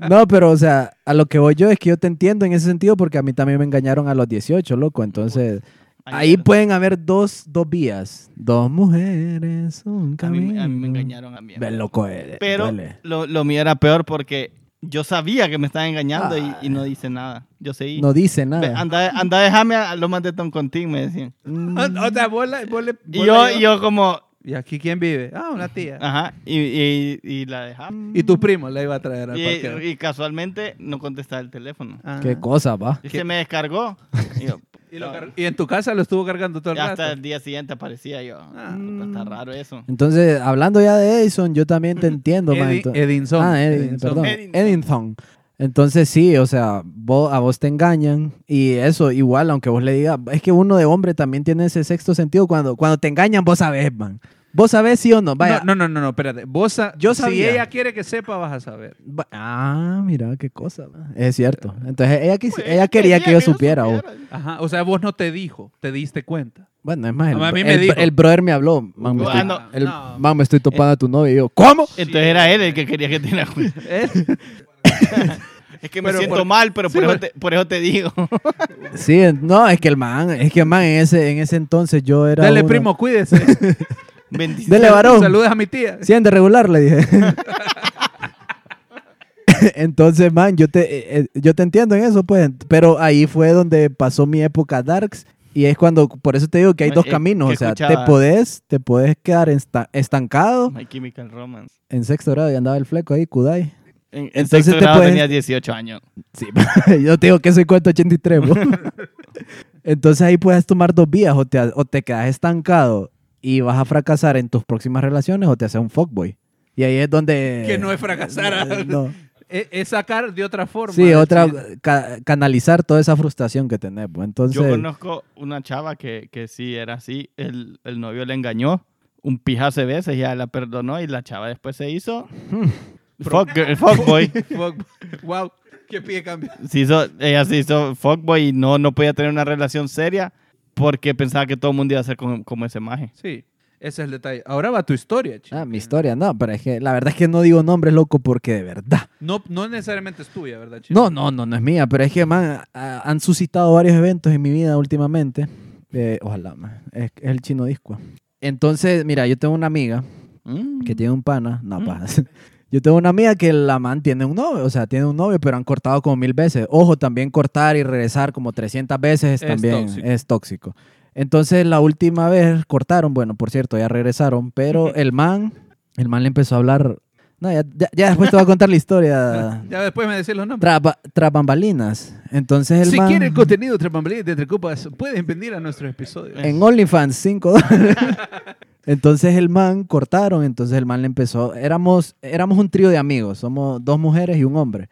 Speaker 5: No, pero o sea, a lo que voy yo es que yo te entiendo en ese sentido porque a mí también me engañaron a los 18, loco. Entonces, ahí
Speaker 3: Ayer.
Speaker 5: pueden haber dos, dos vías. Dos mujeres,
Speaker 3: A
Speaker 5: un
Speaker 3: mí,
Speaker 5: camino.
Speaker 3: a mí me engañaron a mí.
Speaker 5: Mm, Ve, loco, eh,
Speaker 3: Pero
Speaker 5: duele.
Speaker 3: lo, lo mío era peor porque yo sabía que me estaban engañando y, y no dice nada. Yo seguí.
Speaker 5: No dice
Speaker 3: Ve,
Speaker 5: nada.
Speaker 3: anda, anda, déjame a lo más de Tom Contín, me decían.
Speaker 5: Mm.
Speaker 2: O sea, vos la- vos le- vos
Speaker 3: Y
Speaker 2: la
Speaker 3: yo,
Speaker 2: llevas-
Speaker 3: y yo como,
Speaker 2: ¿Y aquí quién vive? Ah, una tía.
Speaker 3: ajá, y, y- y la dejaba.
Speaker 2: Y tu primo la iba a traer al parqueo.
Speaker 3: Y, y casualmente no contestaba el teléfono.
Speaker 2: Ah.
Speaker 5: Qué cosa, va.
Speaker 3: Y se me descargó. Y, yo,
Speaker 2: Y, lo car- y en tu casa lo estuvo cargando todo el rato.
Speaker 3: hasta el día siguiente aparecía yo.
Speaker 2: Ah.
Speaker 3: puta, está raro eso.
Speaker 5: Entonces, hablando ya de Edison, yo también te entiendo, man.
Speaker 2: Mm. Edi-
Speaker 5: Entonces-
Speaker 2: Edinson.
Speaker 5: Ah, Edin,
Speaker 2: Edinson.
Speaker 5: perdón.
Speaker 3: Edinson.
Speaker 5: Edinson. Entonces sí, o sea, vos- a vos te engañan y eso igual, aunque vos le digas, es que uno de hombre también tiene ese sexto sentido cuando, cuando te engañan, vos sabés, man. Vos sabés sí o no. Vaya.
Speaker 2: No, no, no, no, no, espérate. Vos sa-
Speaker 5: Yo
Speaker 2: Si
Speaker 5: sabía.
Speaker 2: ella quiere que sepa, vas a saber.
Speaker 5: va- ah, mira qué cosa. man. Es cierto. Entonces ella, quis-
Speaker 2: Pues,
Speaker 5: Pues, ella quería que yo supiera. vos.
Speaker 2: Ajá. O sea, vos no te dijo, te diste cuenta.
Speaker 5: Bueno, es más, el,
Speaker 2: A mí me
Speaker 5: el-
Speaker 2: dijo. Eh,
Speaker 5: el brother me habló, man, me,
Speaker 3: Ah,
Speaker 5: estoy,
Speaker 3: no,
Speaker 5: el-
Speaker 2: no.
Speaker 5: man, me estoy topando a tu novio y yo, ¿cómo?
Speaker 3: Entonces era él el que quería que te la
Speaker 2: ¿Eh?
Speaker 3: Es que me
Speaker 2: Pero
Speaker 3: siento
Speaker 2: por-
Speaker 3: mal, pero
Speaker 2: sí,
Speaker 3: por, eso
Speaker 2: pero-
Speaker 3: te, por eso te digo.
Speaker 5: Sí, no, es que el man, es que man, en ese, en ese entonces yo era
Speaker 2: Dale,
Speaker 5: uno-
Speaker 2: primo, cuídese.
Speaker 3: Bendición.
Speaker 5: Dele varón.
Speaker 2: Saludas a mi tía.
Speaker 5: 100 de regular, le dije. Entonces, man, yo te, eh, eh, yo te entiendo en eso, pues. Pero ahí fue donde pasó mi época darks Y es cuando, por eso te digo que hay
Speaker 3: Eh,
Speaker 5: dos
Speaker 3: eh,
Speaker 5: caminos.
Speaker 3: que
Speaker 5: O sea,
Speaker 3: escuchaba-
Speaker 5: te podés, te podés quedar ensta- estancado
Speaker 3: My Chemical Romance.
Speaker 5: en sexto grado y andaba el fleco ahí, Kudai.
Speaker 3: En, en
Speaker 5: Entonces
Speaker 3: sexto
Speaker 5: te
Speaker 3: grado
Speaker 5: puedes-
Speaker 3: tenía 18 años.
Speaker 5: Sí, yo te digo que soy 483, bo. Entonces ahí puedes tomar dos vías, o te, o te quedas estancado y vas a fracasar en tus próximas relaciones o te haces un fuckboy. Y ahí es donde...
Speaker 2: Que no es fracasar, ah.
Speaker 5: Eh, no.
Speaker 2: Es, es sacar de otra forma.
Speaker 5: Sí,
Speaker 2: es
Speaker 5: otra,
Speaker 2: decir,
Speaker 5: ca- canalizar toda esa frustración que tenés. bo. Entonces,
Speaker 3: Yo conozco una chava que, que sí era así, el, el novio le engañó un pijazo de veces, ya la perdonó y la chava después se hizo... Fuck, girl- fuckboy.
Speaker 2: fuck, wow, qué pie cambio.
Speaker 3: Se hizo- ella se hizo fuckboy y no, no podía tener una relación seria porque pensaba que todo el mundo iba a ser como, como ese maje.
Speaker 2: Sí, ese es el detalle. Ahora va tu historia, chico.
Speaker 5: Ah, mi historia, no, pero es que la verdad es que no digo nombres, loco, porque de verdad.
Speaker 2: No, no necesariamente es tuya, ¿verdad, chico?
Speaker 5: No, no, no, no es mía, pero es que, man, ah, han suscitado varios eventos en mi vida últimamente. Eh, ojalá, man. Es, es el chino disco. Entonces, mira, yo tengo una amiga que tiene un pana, no
Speaker 3: Mm.
Speaker 5: pasa. Yo tengo una amiga que la man tiene un novio, o sea, tiene un novio, pero han cortado como mil veces. Ojo, también cortar y regresar como 300 veces
Speaker 2: Es
Speaker 5: es también
Speaker 2: tóxico.
Speaker 5: es tóxico. Entonces, la última vez cortaron, bueno, por cierto, ya regresaron, pero el man, el man le empezó a hablar. No, ya, ya- ya después te voy a contar la historia
Speaker 2: Ya después me decís los nombres.
Speaker 5: tras ba- tras bambalinas. Entonces, el
Speaker 2: si
Speaker 5: man,
Speaker 2: quieren contenido tras bambalinas de Entre Copas, pueden venir a nuestros episodios.
Speaker 5: En OnlyFans, 5 dólares. Entonces el man cortaron, entonces el man le empezó. Éramos, éramos un trío de amigos, somos dos mujeres y un hombre.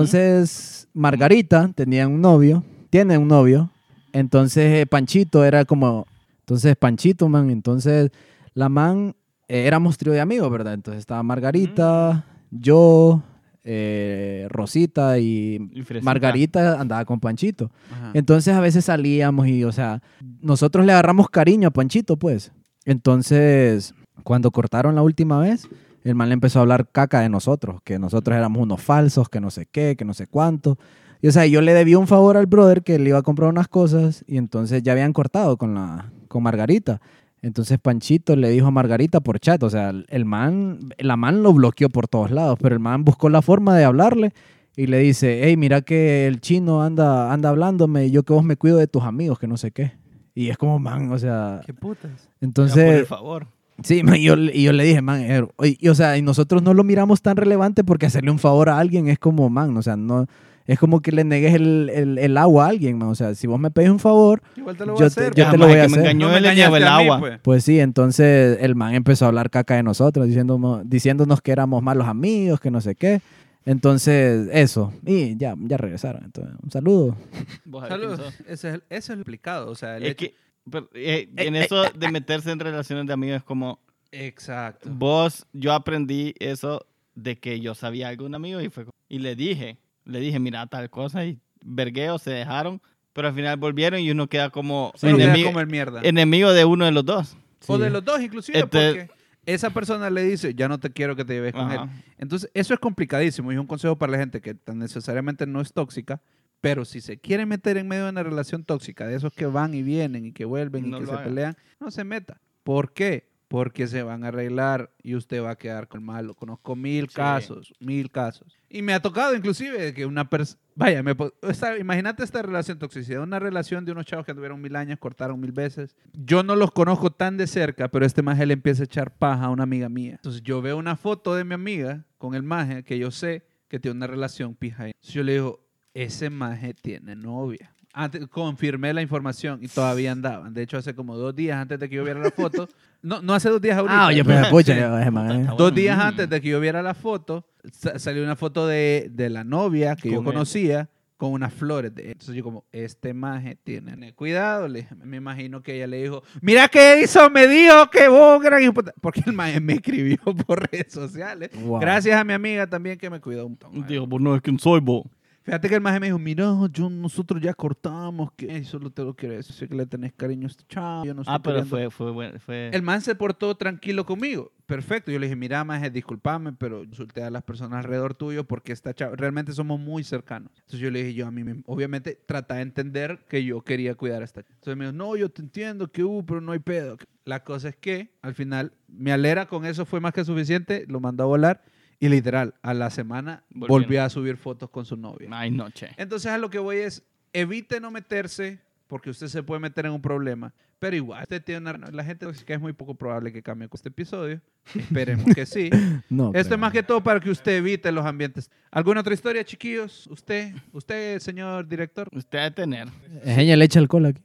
Speaker 5: Entonces Margarita tenía un novio, tiene un novio. Entonces eh, Panchito era como. Entonces Panchito, man. Entonces la man. eh, éramos trío de amigos, ¿verdad? Entonces estaba Margarita, yo, eh, Rosita y
Speaker 3: Y Fresita.
Speaker 5: Margarita andaba con Panchito.
Speaker 2: Ajá.
Speaker 5: Entonces a veces salíamos y, o sea, nosotros le agarramos cariño a Panchito, pues. Entonces, cuando cortaron la última vez, el man le empezó a hablar caca de nosotros, que nosotros éramos unos falsos, que no sé qué, que no sé cuánto. Y, o sea, yo le debí un favor al brother que le iba a comprar unas cosas y entonces ya habían cortado con, la, con Margarita. Entonces Panchito le dijo a Margarita por chat, o sea, el man, la man lo bloqueó por todos lados, pero el man buscó la forma de hablarle y le dice, hey, mira que el chino anda, anda hablándome y yo que vos me cuido de tus amigos, que no sé qué. Y es como, man, o sea,
Speaker 2: Qué putas.
Speaker 3: Ya, por el
Speaker 5: entonces,
Speaker 3: favor.
Speaker 5: sí, man, yo, le- y yo le dije, man, er- y, y, o sea, y nosotros no lo miramos tan relevante porque hacerle un favor a alguien es como, man, o sea, no, es como que le negues el, el- el agua a alguien, man, o sea, si vos me pedís un favor,
Speaker 2: Igual te lo voy
Speaker 5: Yo
Speaker 2: a
Speaker 5: te-
Speaker 2: hacer.
Speaker 5: yo
Speaker 2: pues.
Speaker 5: te lo
Speaker 3: maje,
Speaker 5: voy a
Speaker 3: que me
Speaker 5: hacer.
Speaker 3: engañó
Speaker 2: No
Speaker 3: él,
Speaker 2: me
Speaker 3: le llevó
Speaker 2: engañaste
Speaker 3: el
Speaker 2: a mí,
Speaker 3: agua.
Speaker 2: pues.
Speaker 5: Pues sí, entonces el man empezó a hablar caca de nosotros, diciéndonos, diciéndonos que éramos malos amigos, que no sé qué. Entonces, eso. Y ya, ya regresaron. Entonces, un saludo.
Speaker 3: Vos sabés quién
Speaker 2: Salud.
Speaker 3: sos.
Speaker 2: Ese es el, ese es el explicado. O sea, el
Speaker 3: Es
Speaker 2: hecho-
Speaker 3: que, pero, eh, en eso de meterse en relaciones de amigos es como,
Speaker 2: Exacto.
Speaker 3: vos, yo aprendí eso de que yo sabía algo de un amigo y fue como- y le dije, le dije, mira tal cosa y vergueo, se dejaron, pero al final volvieron y uno queda como,
Speaker 2: Uno queda
Speaker 3: enemigo,
Speaker 2: como el mierda.
Speaker 3: enemigo de uno de los dos.
Speaker 2: O
Speaker 5: Sí.
Speaker 2: de los dos, inclusive,
Speaker 3: Este-
Speaker 2: porque esa persona le dice, ya no te quiero que te lleves con
Speaker 3: Ajá.
Speaker 2: él. Entonces, eso es complicadísimo y es un consejo para la gente que tan necesariamente no es tóxica, pero si se quiere meter en medio de una relación tóxica, de esos que van y vienen y que vuelven
Speaker 3: No
Speaker 2: y que
Speaker 3: lo
Speaker 2: se
Speaker 3: haga.
Speaker 2: pelean, no se meta. ¿Por qué? Porque se van a arreglar y usted va a quedar con malo. Conozco mil
Speaker 3: Sí.
Speaker 2: casos, mil casos. Y me ha tocado inclusive de que una persona... Vaya, me po- esta- imagínate esta relación toxicidad, una relación de unos chavos que tuvieron mil años, cortaron mil veces, yo no los conozco tan de cerca, pero este maje le empieza a echar paja a una amiga mía. Entonces yo veo una foto de mi amiga con el maje que yo sé que tiene una relación pija. ahí. Entonces yo le digo, ese maje tiene novia. Antes, confirmé la información y todavía andaban. De hecho, hace como dos días antes de que yo viera la foto. No, no hace dos días ahorita.
Speaker 5: Ah, oye,
Speaker 2: pero-
Speaker 5: pues, pucha, ese man, eh.
Speaker 3: está
Speaker 2: Dos
Speaker 3: bueno.
Speaker 2: días
Speaker 3: Mm.
Speaker 2: antes de que yo viera la foto, sa- salió una foto de, de la novia que yo
Speaker 3: Con él.
Speaker 2: conocía con unas flores. de- Entonces yo como, este maje tiene cuidado. Le dije, me imagino que ella le dijo, mira que hizo, me dijo que vos, gran hijo de puta", Porque el maje me escribió por redes sociales.
Speaker 5: Wow.
Speaker 2: Gracias a mi amiga también que me cuidó un montón. maje.
Speaker 3: Digo, vos no es quién soy, vos.
Speaker 2: Fíjate que el maje me dijo, mira, yo, nosotros ya cortamos, que solo te lo quiero decir, sé que le tenés cariño a este chavo. yo no
Speaker 3: Ah,
Speaker 2: estoy
Speaker 3: pero
Speaker 2: queriendo
Speaker 3: fue, fue, buen- fue,
Speaker 2: el man se portó tranquilo conmigo. Perfecto. Yo le dije, mira, maje, discúlpame, pero insulté a las personas alrededor tuyo porque esta chava, realmente somos muy cercanos. Entonces yo le dije, yo a mí mismo, obviamente, trata de entender que yo quería cuidar a esta chava. Entonces me dijo, no, yo te entiendo, que hubo, pero no hay pedo. La cosa es que, al final, mi alera con eso fue más que suficiente, lo mandó a volar y literal, a la semana
Speaker 3: Volvieron.
Speaker 2: volvió a subir fotos con su novia.
Speaker 3: ay, noche.
Speaker 2: Entonces a lo que voy es, evite no meterse porque usted se puede meter en un problema. Pero igual, usted tiene una- la gente tóxica es muy poco probable que cambie con este episodio. Esperemos que sí.
Speaker 5: No,
Speaker 2: Esto
Speaker 5: creo.
Speaker 2: es más que todo para que usted evite los ambientes. ¿Alguna otra historia, chiquillos? ¿Usted, usted señor director?
Speaker 3: Usted ha de tener.
Speaker 5: Eugenia le echa alcohol aquí.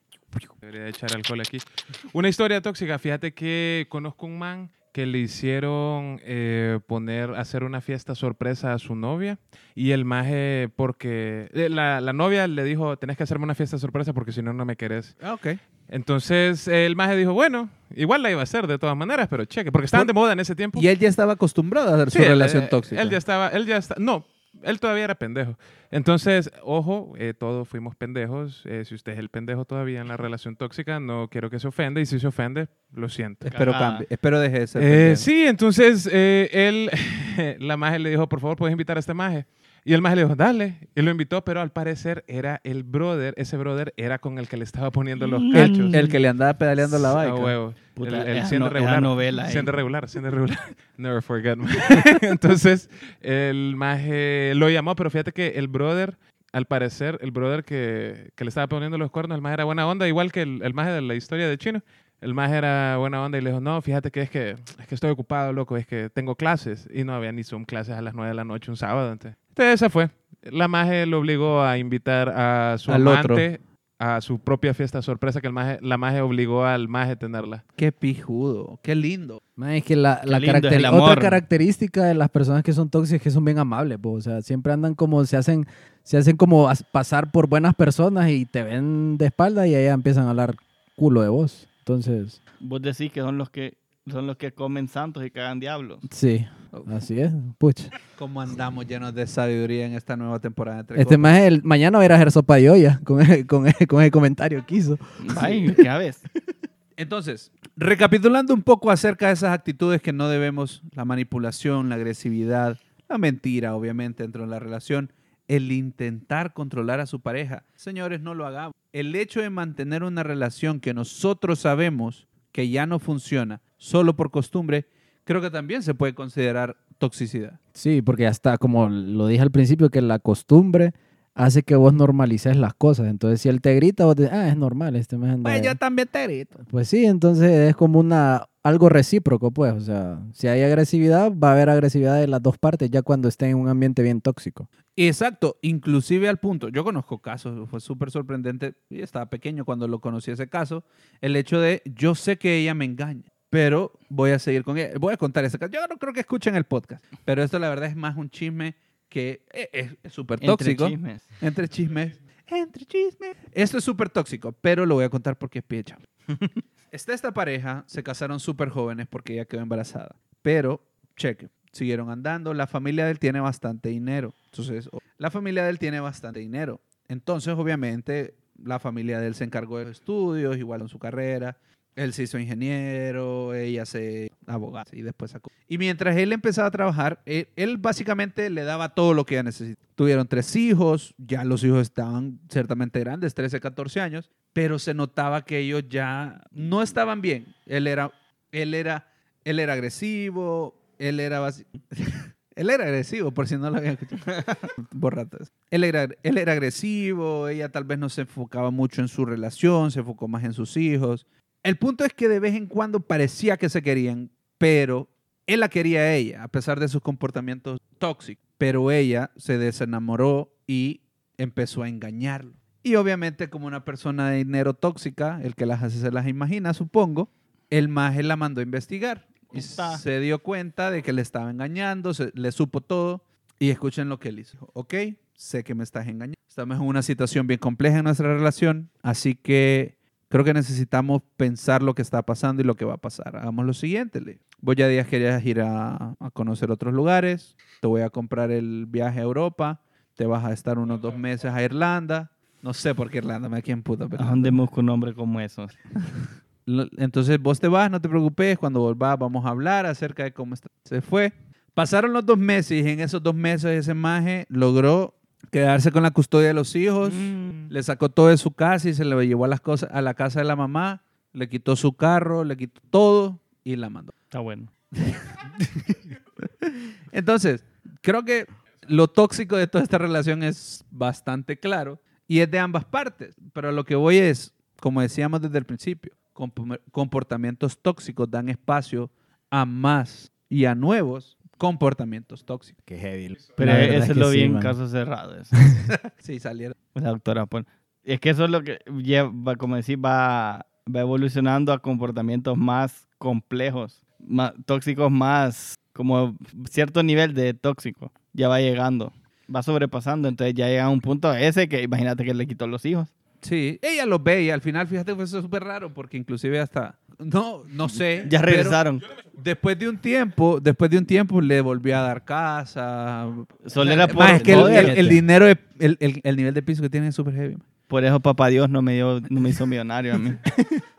Speaker 7: Debería echar alcohol aquí. Una historia tóxica. Fíjate que conozco un man que le hicieron eh, poner, hacer una fiesta sorpresa a su novia. Y el maje, porque eh, la, la novia le dijo, tenés que hacerme una fiesta sorpresa porque si no, no me querés.
Speaker 2: Ah, ok.
Speaker 7: Entonces eh, el maje dijo, bueno, igual la iba a hacer de todas maneras, pero cheque. Porque estaban de moda en ese tiempo.
Speaker 2: Y él ya estaba acostumbrado a dar
Speaker 7: Sí,
Speaker 2: su
Speaker 7: él-
Speaker 2: relación
Speaker 7: él-
Speaker 2: tóxica.
Speaker 7: Él ya estaba, él ya está, no, él todavía era pendejo. Entonces, ojo, eh, todos fuimos pendejos. Eh, si usted es el pendejo todavía en la relación tóxica, no quiero que se ofenda y si se ofende, lo siento.
Speaker 2: Espero
Speaker 3: Cagada.
Speaker 2: cambie, espero deje de ser.
Speaker 7: Eh,
Speaker 2: pendejo.
Speaker 7: sí, entonces eh, él, la maje le dijo, por favor, puedes invitar a este maje. Y el maje le dijo, dale. Y lo invitó, pero al parecer era el brother, ese brother era con el que le estaba poniendo los
Speaker 2: Mm.
Speaker 7: cachos.
Speaker 2: El que le andaba pedaleando la
Speaker 7: A
Speaker 2: bike. ¿ah?
Speaker 7: huevo.
Speaker 3: Puta,
Speaker 7: el, el
Speaker 3: esa
Speaker 7: siendo
Speaker 3: no- esa
Speaker 7: regular.
Speaker 3: novela, eh.
Speaker 7: Siendo regular, siendo regular. Never forget. man. Entonces, el maje lo llamó, pero fíjate que el brother, al parecer, el brother que, que le estaba poniendo los cuernos, el maje era buena onda, igual que el, el maje de la historia de Chino. El maje era buena onda y le dijo, no, fíjate que es que, es que estoy ocupado, loco, es que tengo clases. Y no había ni Zoom clases a las 9 de la noche un sábado. Entonces, entonces esa fue. La maje lo obligó a invitar a su
Speaker 2: Al otro.
Speaker 7: amante a su propia fiesta sorpresa que el maje- la maje obligó al maje a tenerla.
Speaker 2: Qué pijudo, qué lindo.
Speaker 5: Man, es que la, la
Speaker 3: Qué lindo es
Speaker 5: caracteri-
Speaker 3: el amor.
Speaker 5: otra característica de las personas que son tóxicas es que son bien amables, po. o sea, siempre andan como, se hacen, se hacen como as- pasar por buenas personas y te ven de espalda y allá empiezan a hablar culo de vos. Entonces,
Speaker 3: Vos decís que son los que son los que comen santos y cagan diablos.
Speaker 5: sí, así es. Pucha.
Speaker 2: ¿Cómo andamos llenos de sabiduría en esta nueva temporada de Entre
Speaker 5: Este
Speaker 2: Copas?
Speaker 5: más el mañana voy a ir a hacer sopa de olla con, con, con el comentario que hizo.
Speaker 3: Ay, ¿qué ves?
Speaker 2: Entonces, recapitulando un poco acerca de esas actitudes que no debemos, la manipulación, la agresividad, la mentira, obviamente, dentro de la relación, el intentar controlar a su pareja. Señores, no lo hagamos. El hecho de mantener una relación que nosotros sabemos que ya no funciona solo por costumbre, creo que también se puede considerar toxicidad.
Speaker 5: Sí, porque hasta como lo dije al principio, que la costumbre hace que vos normalices las cosas. Entonces, si él te grita, vos decís, ah, es normal, este más anda-
Speaker 2: también te grito.
Speaker 5: Pues sí, entonces es como una algo recíproco, pues. O sea, si hay agresividad, va a haber agresividad de las dos partes ya cuando esté en un ambiente bien tóxico.
Speaker 2: Exacto, inclusive al punto, yo conozco casos, fue súper sorprendente, y estaba pequeño cuando lo conocí ese caso, el hecho de yo sé que ella me engaña, pero voy a seguir con ella, voy a contar ese caso, yo no creo que escuchen el podcast, pero esto la verdad es más un chisme que eh, es es súper tóxico,
Speaker 3: Entre chismes.
Speaker 2: entre chismes, entre chismes. Esto es súper tóxico, pero lo voy a contar porque es pie de chavo. Está esta pareja, se casaron súper jóvenes porque ella quedó embarazada. Pero, cheque, siguieron andando. La familia de él tiene bastante dinero. Entonces, o- la familia de él tiene bastante dinero. Entonces, obviamente, la familia de él se encargó de los estudios, igual en su carrera. Él se hizo ingeniero, ella se abogada y después sacó. Y mientras él empezaba a trabajar, él, él básicamente le daba todo lo que ella necesitaba. Tuvieron tres hijos, ya los hijos estaban ciertamente grandes, 13, 14 años, pero se notaba que ellos ya no estaban bien. Él era, él era, él era agresivo, él era basi- Él era agresivo, por si no lo habían escuchado. Borratas. Él era, él era agresivo, ella tal vez no se enfocaba mucho en su relación, se enfocó más en sus hijos. El punto es que de vez en cuando parecía que se querían, pero él la quería a ella, a pesar de sus comportamientos tóxicos. Pero ella se desenamoró y empezó a engañarlo. Y obviamente, como una persona de dinero tóxica, el que las hace se las imagina, supongo, el maje la mandó a investigar. Y
Speaker 3: Upa.
Speaker 2: se dio cuenta de que le estaba engañando, se- le supo todo. Y escuchen lo que él hizo. Ok, sé que me estás engañando. Estamos en una situación bien compleja en nuestra relación, así que Creo que necesitamos pensar lo que está pasando y lo que va a pasar. Hagamos lo siguiente. Le. digo. Vos ya días querías ir a, a conocer otros lugares. Te voy a comprar el viaje a Europa. Te vas a estar unos dos meses a Irlanda. No sé por qué Irlanda, me aquí en puta. pero-
Speaker 3: ¿A dónde busco un hombre como esos?
Speaker 2: Lo- Entonces vos te vas, no te preocupes. Cuando volvás vamos a hablar acerca de cómo está- se fue. Pasaron los dos meses y en esos dos meses ese maje logró quedarse con la custodia de los hijos. Pues,
Speaker 3: Mm.
Speaker 2: Le sacó todo de su casa y se lo llevó a las cosas a la casa de la mamá, le quitó su carro, le quitó todo y la mandó.
Speaker 3: Está bueno.
Speaker 2: Entonces, creo que lo tóxico de toda esta relación es bastante claro Y es de ambas partes. Pero a lo que voy es, como decíamos desde el principio, compo- comportamientos tóxicos dan espacio a más y a nuevos comportamientos tóxicos.
Speaker 8: Qué heavy.
Speaker 3: Pero
Speaker 5: La verdad
Speaker 3: eso
Speaker 5: es que
Speaker 3: lo vi
Speaker 5: sí,
Speaker 3: en
Speaker 5: man.
Speaker 3: caso cerrado. eso.
Speaker 2: Sí, salieron.
Speaker 3: Pues, La doctora pone. Es que eso es lo que lleva, como decir, va, va evolucionando a comportamientos más complejos, más tóxicos, más como cierto nivel de tóxico. Ya va llegando, va sobrepasando. Entonces ya llega a un punto ese que imagínate que le quitó los hijos.
Speaker 2: Sí, ella los ve y al final, fíjate, fue súper raro porque inclusive hasta, no, no sé.
Speaker 3: Ya
Speaker 2: pero
Speaker 3: regresaron.
Speaker 2: Después de un tiempo, después de un tiempo le volví a dar casa.
Speaker 3: Solo era por,
Speaker 2: Más es que el,
Speaker 3: no,
Speaker 2: el-
Speaker 3: era-
Speaker 2: el dinero, de- el, el- el nivel de piso que tiene es súper heavy. man.
Speaker 3: por eso papá Dios no me, dio, no me hizo millonario a mí.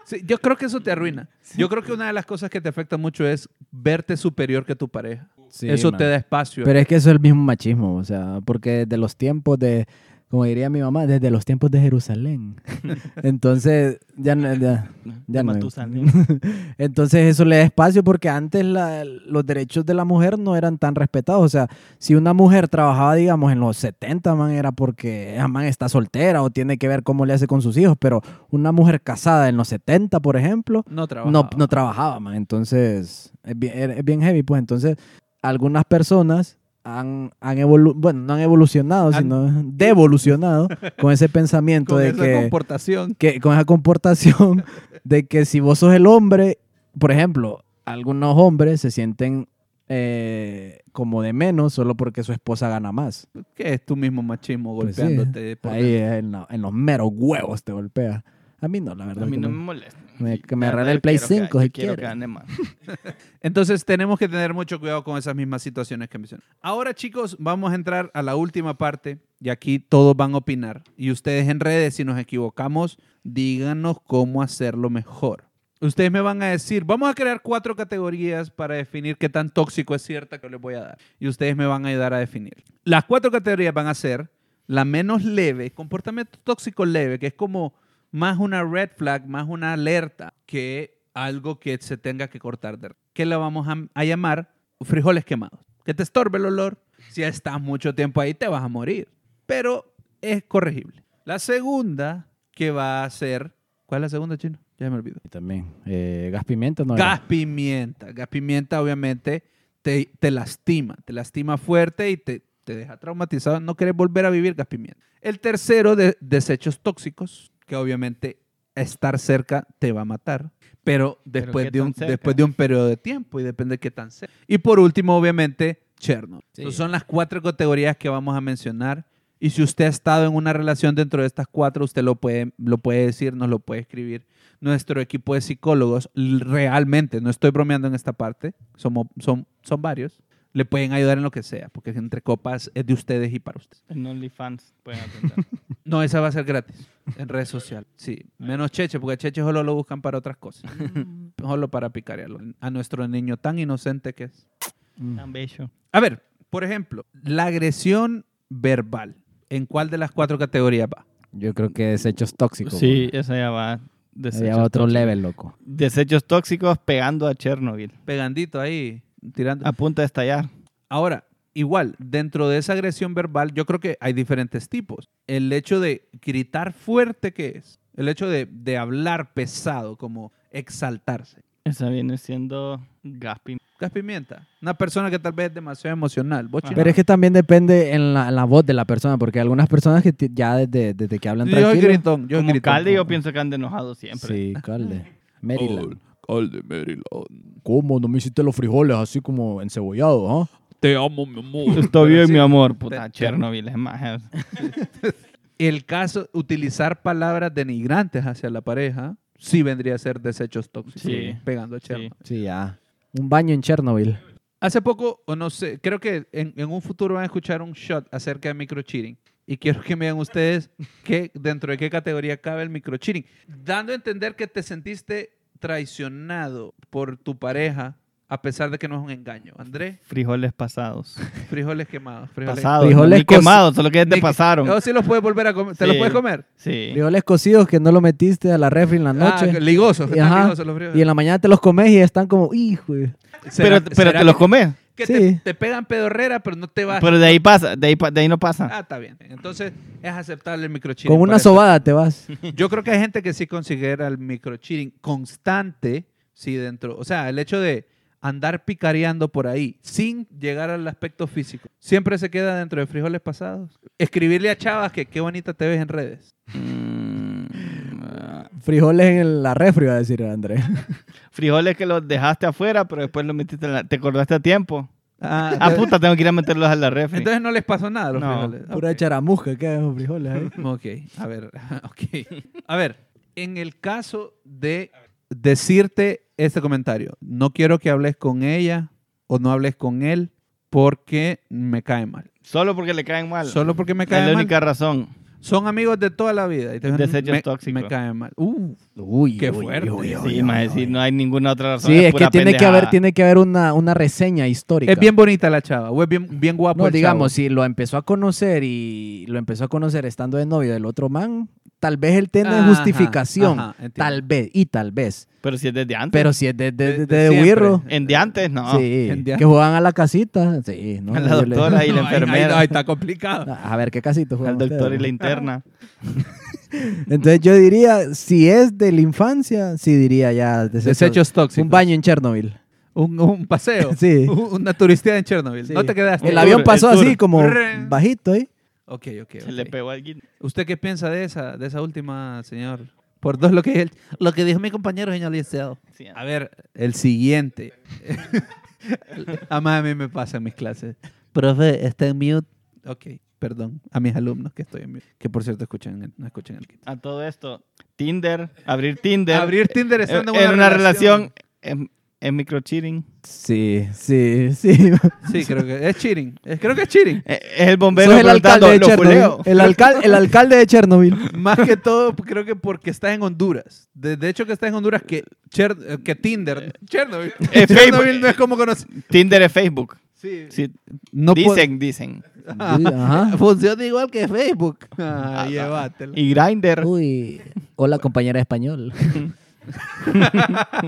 Speaker 2: Sí, yo creo que eso te arruina. Yo creo que una de las cosas que te afecta mucho es verte superior que tu pareja. eso te da espacio.
Speaker 5: Pero es que eso es el mismo machismo, o sea, porque desde los tiempos de, como diría mi mamá, desde los tiempos de Jerusalén. Entonces, ya no... Ya, ya no
Speaker 3: Matusalén.
Speaker 5: Entonces eso le da espacio porque antes la- los derechos de la mujer no eran tan respetados. O sea, si una mujer trabajaba, digamos, en los 70, man, era porque esa man está soltera o tiene que ver cómo le hace con sus hijos. Pero una mujer casada en los 70, por ejemplo,
Speaker 2: no trabaja.
Speaker 5: no, no trabajaba, man. Entonces, es bien, er- es bien heavy, pues. Entonces, algunas personas han, han evolu- bueno, no han evolucionado,
Speaker 2: Han-
Speaker 5: sino devolucionado con ese pensamiento
Speaker 2: Con
Speaker 5: de
Speaker 2: esa
Speaker 5: que
Speaker 2: comportación.
Speaker 5: que con esa comportación de que si vos sos el hombre, por ejemplo, algunos hombres se sienten eh, como de menos solo porque su esposa gana más.
Speaker 2: que es tu mismo machismo
Speaker 5: Pues sí,
Speaker 2: golpeándote? por
Speaker 5: Ahí en, la- en los meros huevos te golpea. A mí no, la
Speaker 3: A
Speaker 5: verdad.
Speaker 3: mí
Speaker 5: que
Speaker 3: no me
Speaker 5: no.
Speaker 3: molesta.
Speaker 5: Me- que me
Speaker 3: La verdad,
Speaker 5: arregle el
Speaker 3: yo quiero que-
Speaker 5: Play 5
Speaker 3: yo
Speaker 5: si
Speaker 3: quiero que
Speaker 5: quiere.
Speaker 3: gane más.
Speaker 2: Entonces tenemos que tener mucho cuidado con esas mismas situaciones que mencioné. Ahora chicos, vamos a entrar a la última parte y aquí todos van a opinar. Y ustedes en redes, si nos equivocamos, díganos cómo hacerlo mejor. Ustedes me van a decir, vamos a crear cuatro categorías para definir qué tan tóxico es cierta que les voy a dar. Y ustedes me van a ayudar a definir. Las cuatro categorías van a ser la menos leve, comportamiento tóxico leve, que es como más una red flag, más una alerta que algo que se tenga que cortar de que la vamos a, a llamar frijoles quemados. Que te estorbe el olor. Si estás mucho tiempo ahí, te vas a morir. Pero es corregible. La segunda que va a ser... ¿Cuál es la segunda, Chino? Ya me olvido.
Speaker 5: Y también, eh, gas pimienta no
Speaker 2: Gas
Speaker 5: era.
Speaker 2: pimienta. Gas pimienta obviamente te, te lastima, te lastima fuerte y te, te deja traumatizado. No quieres volver a vivir gas pimienta. El tercero, de, desechos tóxicos, que obviamente estar cerca te va a matar, pero después,
Speaker 3: qué
Speaker 2: de, un,
Speaker 3: tan cerca?
Speaker 2: después de un periodo de tiempo y depende de qué tan cerca. Y por último, obviamente, Chernobyl. Entonces, son las cuatro categorías que vamos a mencionar. Y si usted ha estado en una relación dentro de estas cuatro, usted lo puede, lo puede decir, nos lo puede escribir nuestro equipo de psicólogos, l- realmente, no estoy bromeando en esta parte, somos, son, son varios, le pueden ayudar en lo que sea, porque entre copas es de ustedes y para ustedes.
Speaker 3: En OnlyFans pueden atender.
Speaker 2: No, esa va a ser gratis en redes sociales. Sí, menos Cheche, porque Cheche solo lo buscan para otras cosas. Solo para picarearlo a nuestro niño tan inocente que es.
Speaker 3: Tan bello.
Speaker 2: A ver, por ejemplo, la agresión verbal. ¿En cuál de las cuatro categorías va?
Speaker 5: Yo creo que desechos tóxicos.
Speaker 3: Sí,
Speaker 5: güey.
Speaker 3: esa ya va.
Speaker 5: Ahí va otro
Speaker 3: tóxicos.
Speaker 5: level, loco.
Speaker 3: Desechos tóxicos pegando a Chernobyl.
Speaker 2: Pegandito ahí, tirando.
Speaker 3: A punto de estallar.
Speaker 2: Ahora, igual, dentro de esa agresión verbal, yo creo que hay diferentes tipos. El hecho de gritar fuerte que es, el hecho de, de hablar pesado, como exaltarse.
Speaker 3: Esa viene siendo Gaspi.
Speaker 2: Gas pimienta, una persona que tal vez es demasiado emocional. ¿Vos, Chino?
Speaker 5: Pero es que también depende en la, en la voz de la persona, porque algunas personas que ti- ya desde, desde que hablan
Speaker 2: yo soy
Speaker 5: tranquilo...
Speaker 2: gritón, yo soy
Speaker 3: Como
Speaker 2: gritón.
Speaker 3: Calde, yo pienso que han enojado siempre.
Speaker 5: Sí, calde. Maryland.
Speaker 4: Alcalde Maryland.
Speaker 5: ¿Cómo? ¿No me hiciste los frijoles así como encebollados, ah?
Speaker 4: Te amo, mi amor.
Speaker 3: Estoy bien,
Speaker 2: sí.
Speaker 3: mi amor.
Speaker 2: Te-
Speaker 3: Puta,
Speaker 2: te-
Speaker 3: Chernobyl es más. eh,
Speaker 2: El caso, utilizar palabras denigrantes hacia la pareja, sí vendría a ser desechos tóxicos,
Speaker 3: Sí.
Speaker 2: pegando a Cherno.
Speaker 3: Sí.
Speaker 5: Sí, ya. Un baño en Chernobyl.
Speaker 2: Hace poco, o no sé, creo que en, en un futuro van a escuchar un shot acerca de microcheating. Y quiero que me digan ustedes que dentro de qué categoría cabe el microcheating. Dando a entender que te sentiste traicionado por tu pareja, a pesar de que no es un engaño. Andrés,
Speaker 3: Frijoles pasados.
Speaker 2: frijoles quemados. Frijoles.
Speaker 3: Pasados.
Speaker 5: Frijoles
Speaker 3: Frijoles
Speaker 5: cos-
Speaker 3: quemados, solo que ya te
Speaker 2: Ni-
Speaker 3: pasaron.
Speaker 2: Oh, sí los puedes volver a comer. ¿Te los
Speaker 3: Sí.
Speaker 2: puedes comer?
Speaker 3: Sí.
Speaker 5: Frijoles cocidos que no lo metiste a la refri en la
Speaker 2: Ah,
Speaker 5: noche.
Speaker 2: ligosos. que
Speaker 5: Y
Speaker 2: están
Speaker 5: ajá,
Speaker 2: ligosos los
Speaker 5: y en
Speaker 2: frijoles.
Speaker 5: la mañana te los comes y están como, hijo.
Speaker 2: ¿Será-
Speaker 3: Pero, pero
Speaker 2: será
Speaker 3: te los comes.
Speaker 2: que
Speaker 5: Sí.
Speaker 2: te, te pegan pedorrera, pero no te vas.
Speaker 3: Pero de ahí pasa, de ahí, pa- de ahí no pasa.
Speaker 2: Ah, está bien. Entonces es aceptable el microchip.
Speaker 5: Con una sobada te vas.
Speaker 2: Yo creo que hay gente que sí considera el microcheating constante, sí, dentro. O sea, el hecho de andar picareando por ahí sin llegar al aspecto físico. Siempre se queda dentro de frijoles pasados. Escribirle a chavas que qué bonita te ves en redes.
Speaker 3: Mm, ah.
Speaker 5: Frijoles en la refri, va a decir Andrés.
Speaker 3: Frijoles que los dejaste afuera, pero después los metiste en la... Te acordaste a tiempo.
Speaker 2: Ah,
Speaker 3: Ah,
Speaker 2: entonces-
Speaker 3: puta, tengo que ir a meterlos a la refri.
Speaker 2: Entonces no les pasó nada a los
Speaker 3: No,
Speaker 2: frijoles.
Speaker 5: Pura
Speaker 2: Ok.
Speaker 5: charamusca, ¿qué esos frijoles ahí?
Speaker 2: Ok, a ver, ok. A ver, en el caso de decirte este comentario, no quiero que hables con ella o no hables con él porque me cae mal.
Speaker 3: Solo porque le caen mal.
Speaker 2: Solo porque me
Speaker 3: es la
Speaker 2: cae mal.
Speaker 3: única razón.
Speaker 2: Son amigos de toda la vida. Y te dicen,
Speaker 3: Desechos
Speaker 2: me,
Speaker 3: tóxicos.
Speaker 2: me cae mal. Uh,
Speaker 5: Uy,
Speaker 2: Qué fuerte.
Speaker 3: sí, más decir, no hay ninguna otra razón.
Speaker 5: Sí, es que
Speaker 3: pura
Speaker 5: tiene que
Speaker 3: pendejada.
Speaker 5: haber, tiene que haber una, una reseña histórica.
Speaker 2: es bien bonita la chava o es bien, bien guapo.
Speaker 5: No,
Speaker 2: el chavo.
Speaker 5: digamos, si lo empezó a conocer y lo empezó a conocer estando de novio del otro man, tal vez él tiene
Speaker 2: Ajá,
Speaker 5: justificación.
Speaker 2: ajá, entiendo.
Speaker 5: tal vez, y tal vez.
Speaker 3: Pero si es desde antes.
Speaker 5: Pero si es de, de,
Speaker 2: De-
Speaker 5: de,
Speaker 2: de
Speaker 5: de
Speaker 2: siempre.
Speaker 5: Wirro,
Speaker 3: En de antes, no.
Speaker 5: sí,
Speaker 2: en día-
Speaker 5: que juegan a la casita, sí, ¿no?
Speaker 3: A la
Speaker 5: Yo le- "Ah,
Speaker 3: doctora y la
Speaker 2: No, ahí- ahí-
Speaker 3: enfermera.
Speaker 2: ahí está complicado.
Speaker 5: A ver, ¿qué casita juegan
Speaker 3: Al doctor y
Speaker 5: ustedes,
Speaker 3: la
Speaker 5: no?
Speaker 3: interna.
Speaker 5: Entonces yo diría, si es de la infancia, sí diría ya desechos-
Speaker 2: Desechos tóxicos.
Speaker 5: Un baño en Chernobyl.
Speaker 2: Un, un paseo.
Speaker 5: Sí.
Speaker 2: Un- Una turistía en Chernobyl.
Speaker 5: Sí.
Speaker 2: No te quedaste.
Speaker 5: El avión
Speaker 3: tour,
Speaker 5: pasó
Speaker 3: el
Speaker 5: así
Speaker 3: tour.
Speaker 5: como
Speaker 2: Re-
Speaker 5: bajito, ¿eh?
Speaker 2: Ok, ok.
Speaker 3: Se le
Speaker 2: ok.
Speaker 3: pegó alguien.
Speaker 2: ¿Usted qué piensa de esa, de esa última, señor? Por dos lo que él, lo que dijo mi compañero, señor licenciado.
Speaker 3: Sí,
Speaker 2: A ver, el siguiente. a más a mí me pasa en mis clases. Profe, está en mute. Ok, perdón. A mis alumnos que estoy en mute. Que por cierto escuchan, el- no escuchan el kit.
Speaker 3: a todo esto. Tinder, abrir Tinder.
Speaker 2: Abrir Tinder
Speaker 3: eh,
Speaker 2: estando
Speaker 3: en una relación es, es microcheating.
Speaker 5: Sí, sí, sí.
Speaker 2: Sí, creo que es cheating. Es- creo que es cheating.
Speaker 3: Eh, Es el bombero
Speaker 5: Sos el
Speaker 3: preguntando,
Speaker 5: alcalde de
Speaker 3: "¿Lo
Speaker 5: Chernobyl.
Speaker 3: fuleo?".
Speaker 5: El, alcal- el alcalde de Chernobyl.
Speaker 2: Más que todo, creo que porque estás en Honduras. De, de hecho, que estás en Honduras, que, Cher- eh, que Tinder. Chernobyl.
Speaker 3: Eh, Facebook.
Speaker 2: Chernobyl no es como conocer.
Speaker 3: Tinder es Facebook.
Speaker 2: Sí.
Speaker 3: Sí,
Speaker 2: No puedo-
Speaker 3: dicen, dicen.
Speaker 5: Ajá.
Speaker 2: Ah, Funciona igual que Facebook. Ah, llévatelo.
Speaker 3: Y Grindr.
Speaker 5: Uy, hola compañera de español.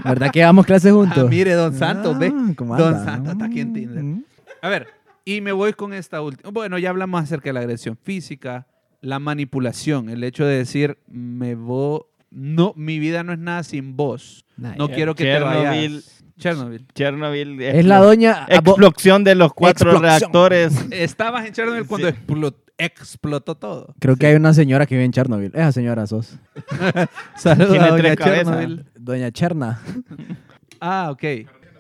Speaker 5: ¿Verdad que damos clases juntos?
Speaker 2: Ah, mire, Don Santos,
Speaker 5: Ah,
Speaker 2: ve.
Speaker 5: ¿cómo
Speaker 2: Don
Speaker 5: anda?
Speaker 2: Santos está aquí en Tinder.
Speaker 5: Mm.
Speaker 2: A ver, y me voy con esta última. Bueno, ya hablamos acerca de la agresión física, la manipulación, el hecho de decir, me voy. No, mi vida no es nada sin vos.
Speaker 5: Nah,
Speaker 2: No
Speaker 5: ya.
Speaker 2: quiero que te
Speaker 3: Chernobyl.
Speaker 2: vayas. Chernobyl.
Speaker 3: Chernobyl.
Speaker 5: Es la
Speaker 3: explo-
Speaker 5: doña. ah, a bo-
Speaker 3: Explosión de los cuatro
Speaker 5: Explosión.
Speaker 3: reactores.
Speaker 2: Estabas en Chernobyl cuando explo- explotó todo.
Speaker 5: Creo que hay una señora que vive en Chernobyl. Esa señora sos.
Speaker 2: Saludos
Speaker 3: Tiene
Speaker 2: a doña
Speaker 3: tres cabezas.
Speaker 2: Chernobyl.
Speaker 5: Doña Cherna.
Speaker 2: Ah, ok.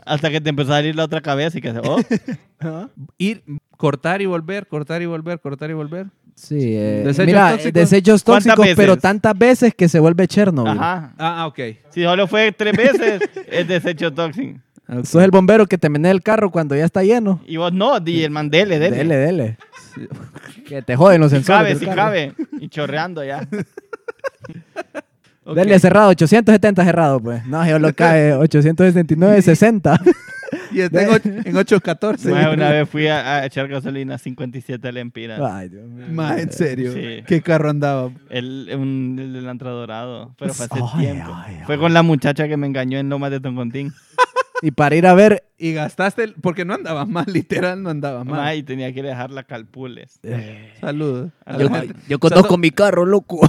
Speaker 3: Hasta que te empezó a salir la otra cabeza y que se- oh,
Speaker 2: Ir, cortar y volver, cortar y volver, cortar y volver.
Speaker 5: Sí, eh,
Speaker 2: Desechos
Speaker 5: mira,
Speaker 2: tóxicos.
Speaker 5: desechos
Speaker 3: ¿Cuántas
Speaker 5: tóxicos, pero
Speaker 3: veces?
Speaker 5: tantas veces que se vuelve Chernobyl.
Speaker 3: Ajá.
Speaker 2: Ah, ok.
Speaker 3: Si solo fue tres veces, es desecho tóxico.
Speaker 2: Ok.
Speaker 5: Sos el bombero que te menea el carro cuando ya está lleno.
Speaker 3: Y vos no, di el mandele, dele.
Speaker 5: Dele, dele. Que te joden los sensores.
Speaker 3: Cabe,
Speaker 5: del
Speaker 3: si
Speaker 5: carro.
Speaker 3: cabe. Y chorreando ya.
Speaker 2: Ok.
Speaker 5: Dele cerrado, 870 cerrado, pues. No, yo lo cae 869, 60.
Speaker 2: Y está en, ocho- en 814.
Speaker 3: Mae, una vez fui a, a echar gasolina 57 lempiras.
Speaker 5: Ay, Dios mío.
Speaker 2: Más en serio.
Speaker 3: Sí.
Speaker 2: ¿Qué carro andaba?
Speaker 3: El, un, el delantra dorado. Pero fue hace
Speaker 5: Ay,
Speaker 3: tiempo.
Speaker 5: ay, ay.
Speaker 3: Fue con la muchacha que me engañó en Lomas de Toncontín.
Speaker 5: Y para ir a ver,
Speaker 2: Y gastaste, el- porque no andabas mal, literal, no andabas mal.
Speaker 3: Mae, y tenía que dejar la calpules.
Speaker 5: Eh.
Speaker 2: Saludos. a la
Speaker 5: yo,
Speaker 2: gente.
Speaker 5: yo conozco
Speaker 2: Santo-
Speaker 5: mi carro, loco.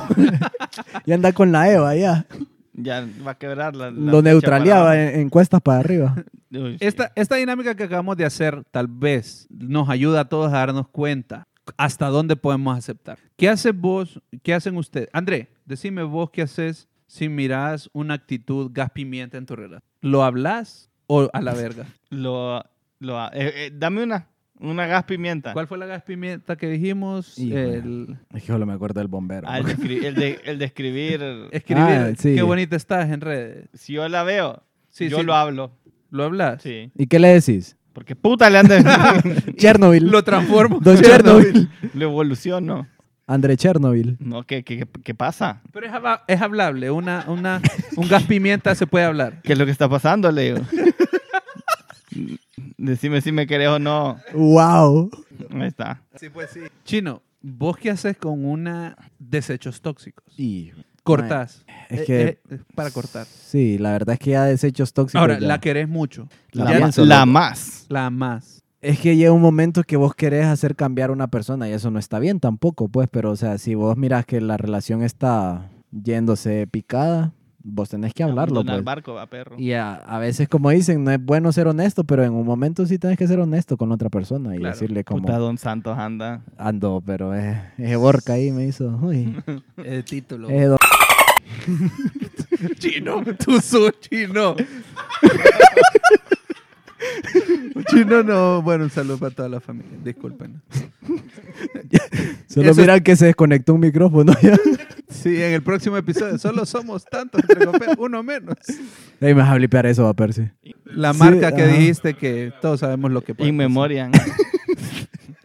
Speaker 5: y anda con la Eva ya.
Speaker 3: Ya va a quebrar la. la
Speaker 5: Lo
Speaker 3: ficha
Speaker 5: neutraleaba eh.
Speaker 3: para
Speaker 5: en, en cuestas para arriba.
Speaker 3: abajo. Uy, sí.
Speaker 2: Esta, esta dinámica que acabamos de hacer tal vez nos ayuda a todos a darnos cuenta hasta dónde podemos aceptar. ¿Qué haces vos? ¿Qué hacen ustedes? André, decime vos qué haces si mirás una actitud gas pimienta en tu relación. ¿Lo hablas o a la verga?
Speaker 3: Lo, lo, eh, eh, dame una. Una gas pimienta.
Speaker 2: ¿Cuál fue la gas pimienta que dijimos?
Speaker 5: Híjole.
Speaker 2: El-
Speaker 5: Es que solo me acuerdo del bombero.
Speaker 3: Ah, el, de escri- el de, el de escribir.
Speaker 2: escribir
Speaker 5: Ah, sí.
Speaker 2: qué bonita estás en redes.
Speaker 3: Si yo la veo,
Speaker 2: Sí,
Speaker 3: yo
Speaker 2: sí.
Speaker 3: lo hablo.
Speaker 2: ¿Lo hablas?
Speaker 3: Sí.
Speaker 5: ¿Y qué le decís?
Speaker 3: Porque puta le anda.
Speaker 5: Chernobyl.
Speaker 2: Lo transformo.
Speaker 5: Don Chernobyl.
Speaker 3: lo evoluciono.
Speaker 5: André Chernobyl.
Speaker 3: No, ¿qué, qué, qué- qué pasa?
Speaker 2: Pero es, haba- es hablable. Una, una, un gas pimienta se puede hablar.
Speaker 3: ¿Qué es lo que está pasando? Le digo. Decime si me querés o no.
Speaker 5: ¡Wow!
Speaker 3: Ahí está.
Speaker 2: Chino, ¿vos qué haces con una desechos tóxicos? Cortás.
Speaker 5: Es
Speaker 2: Eh,
Speaker 5: que-
Speaker 2: eh, es para cortar.
Speaker 5: Sí, la verdad es que ya desechos tóxicos.
Speaker 2: Ahora,
Speaker 5: ya.
Speaker 2: la querés mucho.
Speaker 5: La
Speaker 2: Ya
Speaker 5: pienso,
Speaker 3: la
Speaker 5: loco.
Speaker 3: más.
Speaker 2: La más.
Speaker 5: Es que llega un momento que vos querés hacer cambiar a una persona y eso no está bien tampoco, pues, pero o sea, si vos mirás que la relación está yéndose picada, vos tenés que hablarlo,
Speaker 3: Abandona el
Speaker 5: pues.
Speaker 3: barco, va, perro.
Speaker 5: Y a, a veces, como dicen, no es bueno ser honesto, pero en un momento sí tenés que ser honesto con la otra persona y
Speaker 2: Claro.
Speaker 5: decirle como
Speaker 3: Puta, Don Santos anda.
Speaker 5: ando, pero eh, ese Borca ahí me hizo, uy,
Speaker 2: El Eh, título.
Speaker 5: ese don-
Speaker 2: Chino, tú sos chino. chino no. Bueno, un saludo para toda la familia. Disculpen.
Speaker 5: Solo
Speaker 2: Eso-
Speaker 5: miran que se desconectó un micrófono ya.
Speaker 2: Sí, en el próximo episodio solo somos tantos, entre compas, uno menos.
Speaker 5: Ahí me vas a blipear eso, va, Percy.
Speaker 2: La
Speaker 5: Sí,
Speaker 2: marca que
Speaker 5: ajá.
Speaker 2: dijiste que todos sabemos lo que pasa.
Speaker 5: pues,
Speaker 3: In memoriam.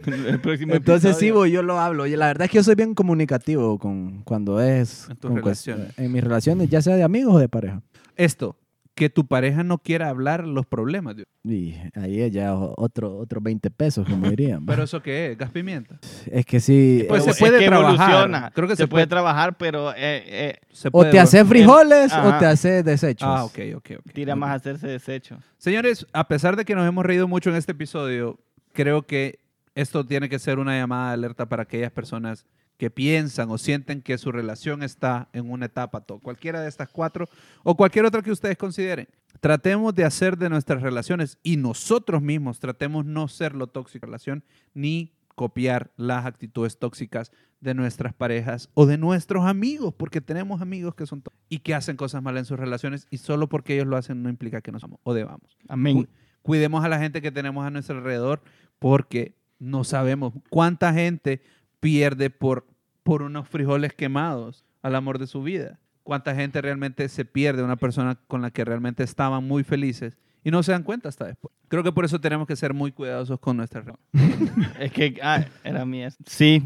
Speaker 3: El próximo
Speaker 5: Entonces sí,
Speaker 3: episodio.
Speaker 5: voy, yo lo hablo. Y la verdad es que yo soy bien comunicativo con cuando es
Speaker 2: En tus
Speaker 5: con cuest-
Speaker 2: relaciones.
Speaker 5: en mis relaciones, ya sea de amigos o de pareja.
Speaker 2: Esto, que tu pareja no quiera hablar los problemas. dude.
Speaker 5: Y ahí es ya o- otro otro 20 pesos, como dirían.
Speaker 2: Pero eso qué es, gas pimienta.
Speaker 5: es que sí,
Speaker 2: Pues,
Speaker 5: eh,
Speaker 2: se
Speaker 3: Es
Speaker 2: puede
Speaker 3: que
Speaker 2: trabajar.
Speaker 3: evoluciona.
Speaker 2: Creo que
Speaker 3: se,
Speaker 2: se
Speaker 3: puede,
Speaker 2: puede-
Speaker 3: trabajar, pero eh, eh,
Speaker 2: Se
Speaker 5: o
Speaker 2: puede-
Speaker 5: te haces frijoles
Speaker 3: Ajá.
Speaker 5: o te haces desechos.
Speaker 2: Ah, ok, ok, ok.
Speaker 3: tira más a hacerse desecho.
Speaker 2: Señores, a pesar de que nos hemos reído mucho en este episodio, creo que esto tiene que ser una llamada de alerta para aquellas personas que piensan o sienten que su relación está en una etapa top, cualquiera de estas cuatro o cualquier otra que ustedes consideren. Tratemos de hacer de nuestras relaciones y nosotros mismos tratemos no ser lo tóxico en la relación ni copiar las actitudes tóxicas de nuestras parejas o de nuestros amigos, porque tenemos amigos que son tóxicos y que hacen cosas malas en sus relaciones y solo porque ellos lo hacen no implica que nos amamos o debamos
Speaker 3: Amén.
Speaker 2: cuidemos a la gente que tenemos a nuestro alrededor porque no sabemos cuánta gente pierde por, por unos frijoles quemados al amor de su vida. Cuánta gente realmente se pierde, una persona con la que realmente estaban muy felices y no se dan cuenta hasta después. Creo que por eso tenemos que ser muy cuidadosos con nuestra relación.
Speaker 3: Es que ah, era mía. Sí,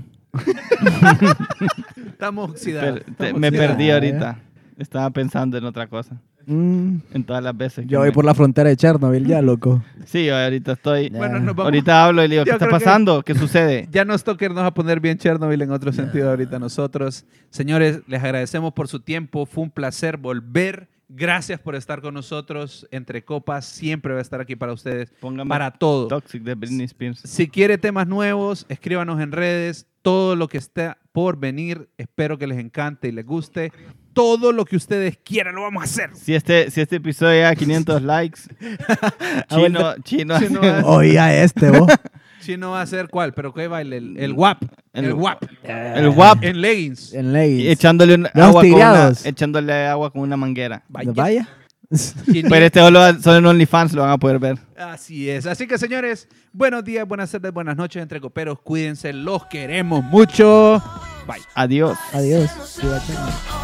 Speaker 2: Estamos oxidados.
Speaker 3: per- te-
Speaker 2: estamos
Speaker 3: me
Speaker 2: oxidados.
Speaker 3: perdí
Speaker 5: Ah,
Speaker 3: ahorita. Estaba pensando en otra cosa.
Speaker 5: Mm,
Speaker 3: En todas las veces. que
Speaker 5: yo voy
Speaker 3: me-
Speaker 5: por la frontera de Chernobyl ya, loco.
Speaker 3: Sí, yo ahorita estoy.
Speaker 2: Bueno, nos vamos-
Speaker 3: Ahorita hablo y le digo,
Speaker 2: Yo
Speaker 3: ¿qué está
Speaker 2: creo que-
Speaker 3: pasando? ¿Qué sucede?
Speaker 2: Ya nos toca irnos a poner bien Chernobyl en otro sentido ahorita nosotros. Señores, les agradecemos por su tiempo. Fue un placer volver. Gracias por estar con nosotros. Entre Copas siempre va a estar aquí para ustedes,
Speaker 3: Póngame
Speaker 2: para todo.
Speaker 3: Toxic de Britney Spears.
Speaker 2: Si quiere temas nuevos, escríbanos en redes. Todo lo que está por venir, espero que les encante y les guste. Todo lo que ustedes quieran, lo vamos a hacer.
Speaker 3: Si este, si este episodio llega a 500 likes, chino, chino,
Speaker 2: Chino va a-
Speaker 5: Oía este, vos.
Speaker 2: Chino va a hacer cuál, pero qué baile, el, el guap.
Speaker 3: El-
Speaker 2: El guap.
Speaker 3: el guap
Speaker 2: En leggings.
Speaker 5: En leggings.
Speaker 3: echándole un-
Speaker 5: Los
Speaker 3: agua con una,
Speaker 5: tiriados.
Speaker 3: echándole agua con una manguera.
Speaker 2: Vaya.
Speaker 5: Vaya.
Speaker 3: Pero este solo, solo en OnlyFans lo van a poder ver.
Speaker 2: Así es. Así que, señores, buenos días, buenas tardes, buenas noches, entre coperos. Cuídense, los queremos mucho. Bye.
Speaker 3: Adiós.
Speaker 5: Adiós.
Speaker 1: Hacemos algo hoy.